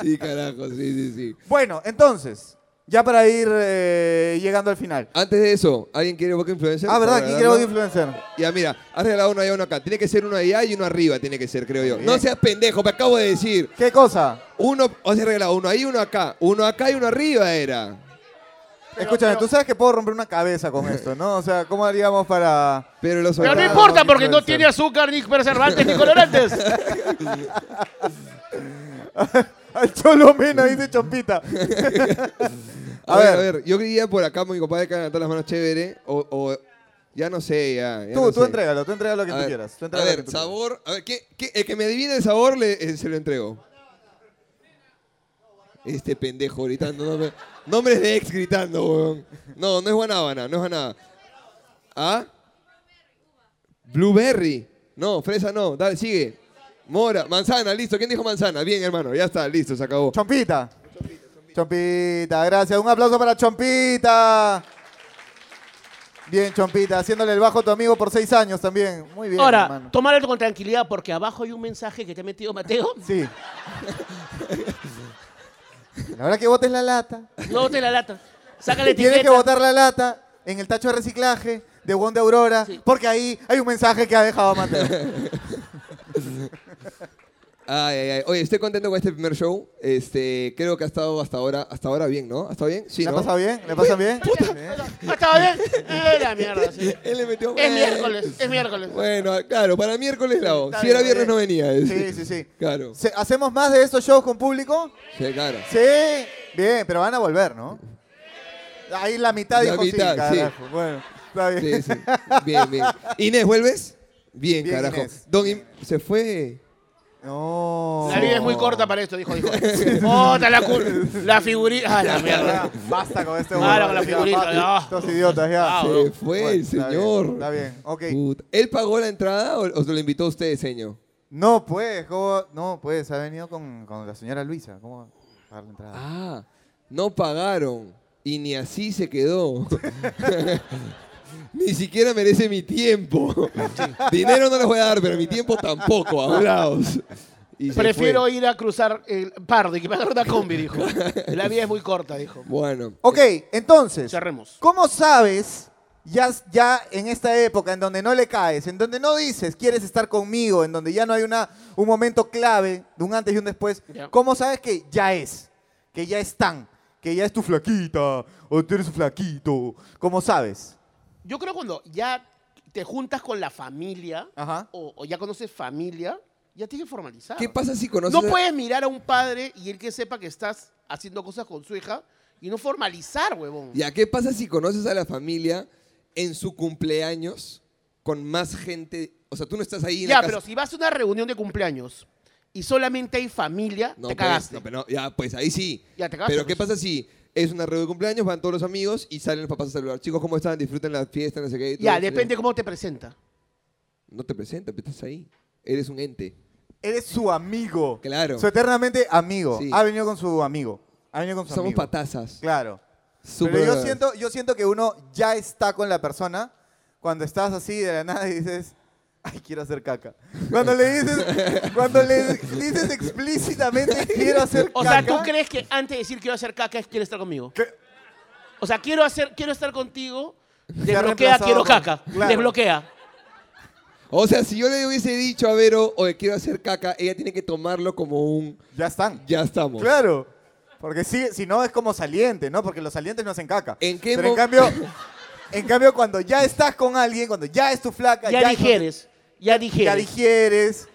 Sí, carajo, sí, sí, sí. Bueno, entonces, ya para ir eh, llegando al final. Antes de eso, ¿alguien quiere Boca Influencer? Ah, ¿verdad? Para ¿Quién regalarlo. quiere influencer? Ya, mira, has regalado uno allá, uno acá. Tiene que ser uno allá y uno arriba, tiene que ser, creo yo. Muy No bien. seas pendejo, me acabo de decir. ¿Qué cosa? Uno, o sea, regalado uno ahí, uno acá. Uno acá y uno arriba era. Escúchame, tú sabes que puedo romper una cabeza con esto, ¿no? O sea, ¿cómo haríamos para. Pero los Pero no otros- Claro, importa no, porque no influencer. tiene azúcar, ni preservantes, ni colorantes. Al Cholo Mena, dice Chompita. A, ver, a ver, yo quería por acá, mi compadre, que levantó las manos chévere. O, o- ya no sé, ya. ya Tú, no tú sé. entrégalo, tú entrégalo lo que A tú ver, quieras. tú a entrégalo lo que ver, tú sabor. A ver, ¿qué- qué- el que me adivine el sabor le- eh, se lo entrego. Este pendejo gritando nombre- nombres de ex gritando, weón. No, no es guanábana, no es guanábana. ¿Ah? Blueberry. No, fresa no. Dale, sigue. Mora, manzana, listo. ¿Quién dijo manzana? Bien, hermano, ya está, listo, se acabó. quieras. Chompita. Chompita, gracias. Un aplauso para Chompita. Bien, Chompita, haciéndole el bajo a tu amigo por seis años también. Muy bien, Ahora, hermano. tomar esto con tranquilidad porque abajo hay un mensaje que te ha metido Mateo. Sí. La verdad que botes la lata. No te la lata. Saca la Tienes que etiqueta. botar la lata en el tacho de reciclaje de Juan de Aurora, porque ahí hay un mensaje que ha dejado Mateo. Ay, ay, ay. Oye, estoy contento con este primer show. Este, creo que ha estado hasta ahora, hasta ahora bien, ¿no? ¿Ha estado bien? Sí, ¿Le ha ¿no? pasado bien? ¿Le pasan bien? ¿Ha estado Ah, bien? Eh, la mierda, sí. Él le metió. Es bueno. miércoles, es miércoles. Bueno, claro, para miércoles la voz. Está Si era bien, viernes no venía. es- Sí, sí, sí. Claro. ¿Se- ¿Hacemos más de estos shows con público? Sí, claro. Sí. Bien, pero van a volver, ¿no? Ahí la mitad La dijo mitad, sí, carajo. Bueno, está bien. Sí, sí. Bien, bien. Inés, ¿vuelves? Bien, Bien, carajo. Inés. Don Im- se fue. No. La vida es muy corta para esto, dijo, dijo. Bota la cul- la figurita. Ah, la mierda. Basta con este Claro, con la huevón, ya, figurita, basta. ya. Estos idiotas, ya. Ah, Se bro. fue Bueno, el está bien, señor. Uh. Está bien, ok. Puta. ¿Él pagó la entrada o, o se lo invitó a usted, señor? No, pues, ¿cómo? No, pues, ha venido con, con la señora Luisa. ¿Cómo va a pagar la entrada? Ah, no pagaron. Y ni así se quedó. ni siquiera merece mi tiempo. Dinero no les voy a dar, pero mi tiempo tampoco, hablaos. Y se Prefiero fue. ir a cruzar el pardo y que pasar una combi, dijo. La vida es muy corta, dijo. Bueno. Ok, entonces, Cerremos. ¿cómo sabes, ya, ya en esta época, en donde no le caes, en donde no dices, quieres estar conmigo, en donde ya no hay una, un momento clave de un antes y un después, Ya. ¿cómo sabes que ya es? Que ya están, que ya es tu flaquita, o tú eres un flaquito. ¿Cómo sabes? Yo creo cuando ya te juntas con la familia Ajá. o, o ya conoces familia, ya tienes que formalizar. ¿Qué pasa si conoces No a- puedes mirar a un padre y él que sepa que estás haciendo cosas con su hija y no formalizar, huevón. Ya, ¿qué pasa si conoces a la familia en su cumpleaños con más gente? O sea, tú no estás ahí en Ya, la pero casa. si vas a una reunión de cumpleaños y solamente hay familia, No, te pues, cagaste. no, pero no, ya, pues ahí sí. Ya te cagaste, Pero ¿qué pues. pasa si es una reunión de cumpleaños, van todos los amigos y salen los papás a saludar? Chicos, ¿cómo están? Disfruten la fiesta, no sé qué. y todo ya, eso. depende cómo te presenta. No te presentas, pero estás ahí. Eres un ente. Eres su amigo. Claro. Su eternamente amigo. Sí. Ha venido con su amigo. Ha venido con su Somos amigo. patazas. Claro. Super Pero yo brothers. siento, yo siento que uno ya está con la persona cuando estás así de la nada y dices, ay, quiero hacer caca. Cuando le dices, cuando le dices explícitamente, quiero hacer O caca. sea, ¿tú crees que antes de decir quiero hacer caca es quiero estar conmigo? que- O sea, quiero, hacer, quiero estar contigo, ha desbloquea reemplazado quiero con- caca. Claro. Desbloquea. O sea, si yo le hubiese dicho a Vero, oye, quiero hacer caca, ella tiene que tomarlo como un Ya están. ya estamos. Claro. Porque sí, si no es como saliente, ¿no? Porque los salientes no hacen caca. ¿En qué Pero en mo- cambio, en cambio, cuando ya estás con alguien, cuando ya es tu flaca, Ya, ya dijeres. Ya dijeres. Ya digieres.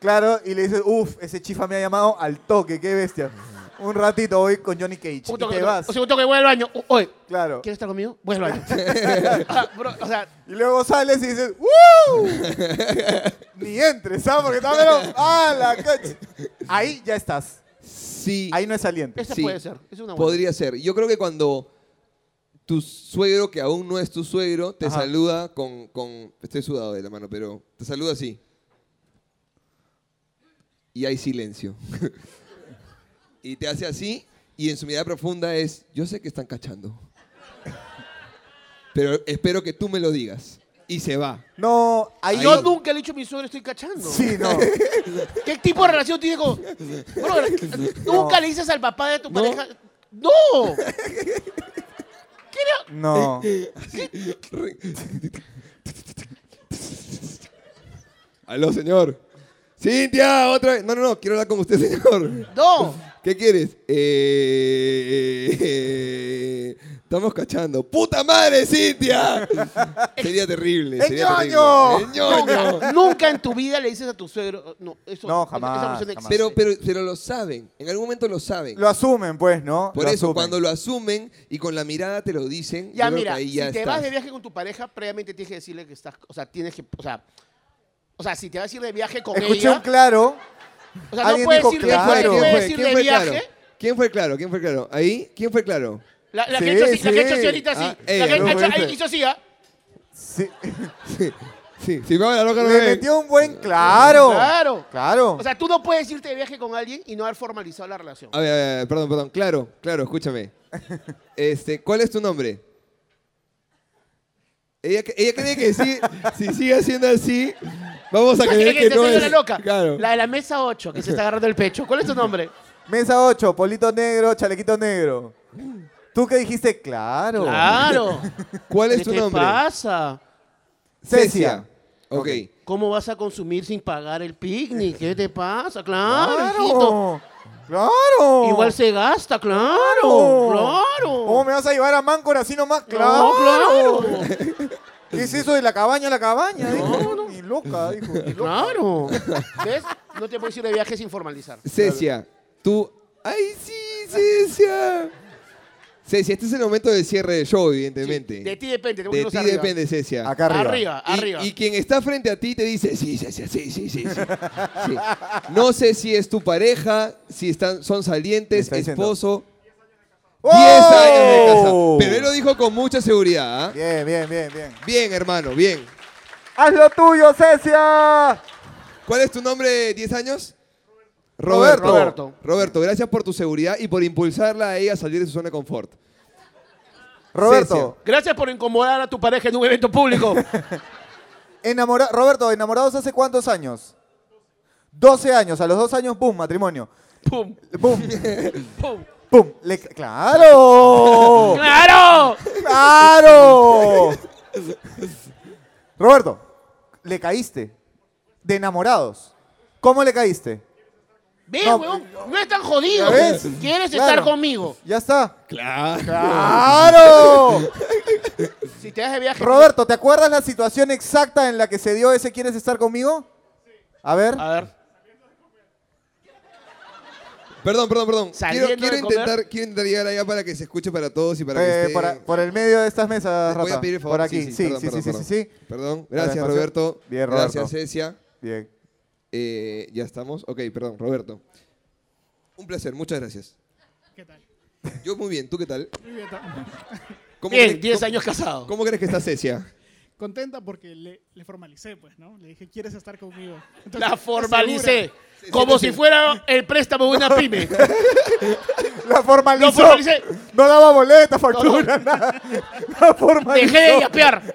Claro, y le dices, uff, ese chifa me ha llamado al toque, qué bestia. Un ratito voy con Johnny Cage. Un y toque, te otro- vas. O sea, un toque voy al baño. O- Oye, claro. ¿quieres estar conmigo? Voy al baño. Ah, bro, o sea, Y luego sales y dices, ¡Woo! Ni entres, ¿sabes? Porque está pero. ¡Ah, la cacha! Ahí ya estás. Sí. Ahí no es saliente. esa Sí. puede ser. Es una buena. Podría ser. Yo creo que cuando tu suegro, que aún no es tu suegro, te Ajá. saluda con, con... Estoy sudado de la mano, pero te saluda así. Y hay silencio. y te hace así y en su mirada profunda es, yo sé que están cachando. pero espero que tú me lo digas. Y se va. No, ahí. Yo nunca le he dicho a mi suegro estoy cachando. Sí, no. ¿Qué tipo de relación tiene con.? Bro, Nunca le dices al papá de tu No. pareja. ¡No! No. Aló, señor. Cintia, otra vez. No, no, no, quiero hablar con usted, señor. ¡No! ¿Qué quieres? Eh, eh, estamos cachando. ¡Puta madre, Cintia! sería terrible. ¡El sería terrible. ñoño! ¡El ñoño! Nunca en tu vida le dices a tu suegro. No, eso, No, esa jamás, relación no jamás. Pero, existe. pero, pero lo saben. En algún momento lo saben. Lo asumen, pues, ¿no? Por Lo eso, asumen. cuando lo asumen y con la mirada te lo dicen, yo Ya, creo mira, que ahí si ya te estás. vas de viaje con tu pareja, previamente tienes que decirle que estás. O sea, tienes que. O sea, o sea si te vas a ir de viaje con Escuché ella. un claro. o sea, no alguien puedes dijo ir de, ¿Quién claro. fue? no ¿Quién puedes fue? ir ¿Quién de fue viaje. claro? ¿Quién fue claro? ¿Quién fue claro? ¿Ahí? ¿Quién fue claro? La, la Sí, que ha hecho así, la que ha sí. hecho así ahorita así. Ah, la ey, que no ha hecho- fuiste. ahí hizo así, ¿ah? Sí. Sí, sí, sí, vamos a la loca no Le me- metió un buen claro. eh. Claro. Claro. O sea, tú no puedes irte de viaje con alguien y no haber formalizado la relación. A ver, a ver, a ver, perdón, perdón. Claro, claro, escúchame. Este, ¿cuál es tu nombre? Ella, cre- ella cree que sí, si sigue haciendo así, vamos a Ah, que- creer que que se no sienta es. la loca. Claro. La de la mesa 8, que se está agarrando el pecho. ¿Cuál es tu nombre? Mesa 8, polito negro, chalequito negro. Tú que dijiste, claro. Claro. ¿Cuál es ¿Qué tu te nombre? pasa? Cecia. Ok. ¿Cómo vas a consumir sin pagar el picnic? ¿Qué te pasa? Claro, hijito. Claro. Claro. Ah, Igual se gasta, claro, Claro. claro. Oh, ¿Cómo me vas a llevar a Máncora así nomás? Claro. No, claro. ¿Qué es eso de la cabaña a la cabaña? dijo. Ni loca, dijo. ni loca. Claro. ¿Ves? No te puedes ir de viaje sin formalizar. Cecia, tú. ¡Ay, sí, Cecia! Cecia, este es el momento del cierre del show, evidentemente. De ti depende. tengo que De irnos ti arriba. depende, Cecia. Acá arriba. Arriba, Y- arriba. Y, quien está frente a ti te dice, sí, sí, sí, sí, sí, sí, sí". Sí. No sé si es tu pareja, si están, son Me salientes, está diciendo. esposo. 10 ¡Oh! años de casa. Pero él lo dijo con mucha seguridad. ¿ah? Bien. Bien, bien, bien, bien. hermano, bien. ¡Haz lo tuyo, Cecia! ¿Cuál es tu nombre, 10 años? Roberto. Roberto. Roberto, gracias por tu seguridad y por impulsarla a ella a salir de su zona de confort. Roberto, Gracias por incomodar a tu pareja en un evento público. enamora- Roberto, ¿enamorados hace cuántos años? 12 años. A los dos años, ¡pum! Matrimonio. ¡Pum! ¡Pum! ¡Pum! ¡Pum! Le- ¡Claro! ¡Claro! ¡Claro! Roberto, le caíste. De enamorados. ¿Cómo le caíste? Ven, No, weón. No es tan jodido. ¿Ya ves? ¿Quieres Claro. estar conmigo? Ya está. Claro. ¡Claro! Si te das de viaje. Roberto, ¿te acuerdas la situación exacta en la que se dio ese ¿Quieres estar conmigo? A ver. Ah, A ver. Perdón, perdón, perdón. Saliendo Quiero, quiero de comer. intentar, quiero intentar llegar allá para que se escuche para todos y para que Eh, esté... por, a- por el medio de estas mesas, Les Voy Rafa. a pedir el favor. por aquí. Sí, sí, perdón, sí, perdón, sí, sí, perdón. sí. Perdón. Gracias, espacio. Roberto. Bien, Roberto. Gracias, Cecia. Bien. Eh, ya estamos. Ok, perdón, Roberto. Un placer, muchas gracias. ¿Qué tal? Yo muy bien, ¿tú qué tal? Muy bien, está- ¿Cómo Bien, crees- 10 cómo- años casado. ¿Cómo crees que está Cecia? Contenta porque le, le formalicé, pues, ¿no? Le dije, ¿quieres estar conmigo? Entonces, La ¿estás formalicé. segura? Como si fuera el préstamo de una pyme. La formalizó. Lo formalicé. No daba boleta, factura, nada. La formalizó. Dejé de yapear.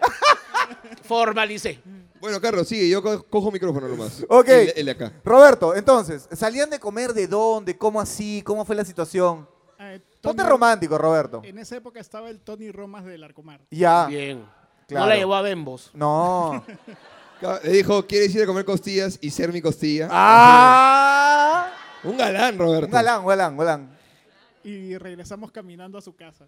Formalicé. Bueno, Carlos, sigue, yo co- cojo micrófono nomás. Ok. El, de- el de acá. Roberto, entonces, ¿salían de comer de dónde? ¿Cómo así? ¿Cómo fue la situación? Eh, Tony- Ponte romántico, Roberto. En esa época estaba el Tony Romas del Arcomar. Ya. Bien. claro. No la llevó a Bembos. No. Ca- Le dijo, ¿quieres ir a comer costillas y ser mi costilla? ¡Ah! Un galán, Roberto. Un galán, galán, galán. Y regresamos caminando a su casa.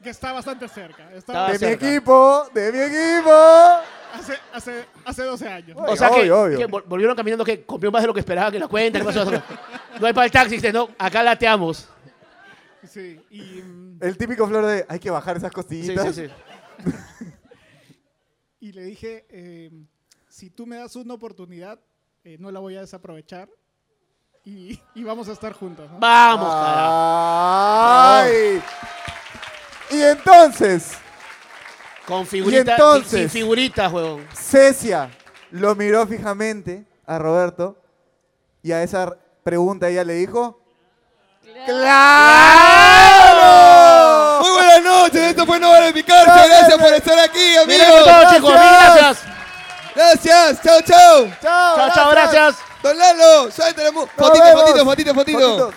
Que está bastante cerca. De Estaba Está mi Ah, cerca. equipo, de mi equipo. hace, hace, hace 12 años. Ay, O sea que, obvio, obvio. que vol- volvieron caminando que compró más de lo que esperaba que la cuenta. que pasó- no hay para el taxi, dice, no, acá lateamos. Sí. Y, mm, El típico flor de hay que bajar esas Sí, costillitas. sí, sí. y le dije, eh, si tú me das una oportunidad, eh, no la voy a desaprovechar. Y, y vamos a estar juntos. ¿no? Vamos, Ah. carajo. ¡Ay! Y entonces, Con figuritas. entonces? sin, sin figuritas, huevón. Cecia lo miró fijamente a Roberto y a esa pregunta ella le dijo. ¡Ah! ¡Claro! Muy buenas noches, esto fue No Vale Picarse. Gracias por estar aquí, Mira con amigos. todo, chicos. Mil gracias. gracias. Gracias, chao, chao. Chao, chao, gracias. Don Lalo, suéltale. mu- Nos Fotito, vemos. fotito, fotito, fotito. Fotitos.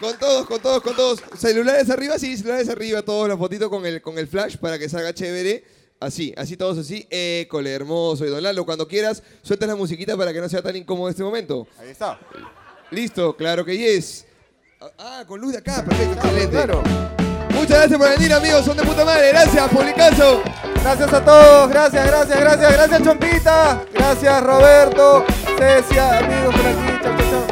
Con todos, con todos, con todos. Celulares arriba, sí, celulares arriba, todos los fotitos con el, con el flash para que salga chévere. Así, así todos así. École, hermoso. Y don Lalo, cuando quieras, sueltas la musiquita para que no sea tan incómodo este momento. Ahí está. Listo, claro que yes. Ah, con luz de acá, perfecto, Claro, excelente. claro. Muchas gracias por venir, amigos. Son de puta madre. Gracias, Publicazo. Gracias a todos, gracias, gracias, gracias, gracias Chompita, gracias Roberto, Cecia, amigos por aquí, chao, chao, chao.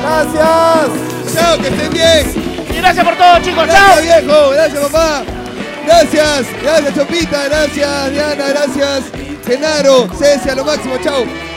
Gracias. Chao, que estén bien. Y gracias por todo, chicos. Chao. Gracias, viejo. Gracias, papá. Gracias. Gracias, Chopita. Gracias, Diana. Gracias, Genaro. Cecia, lo máximo. Chao.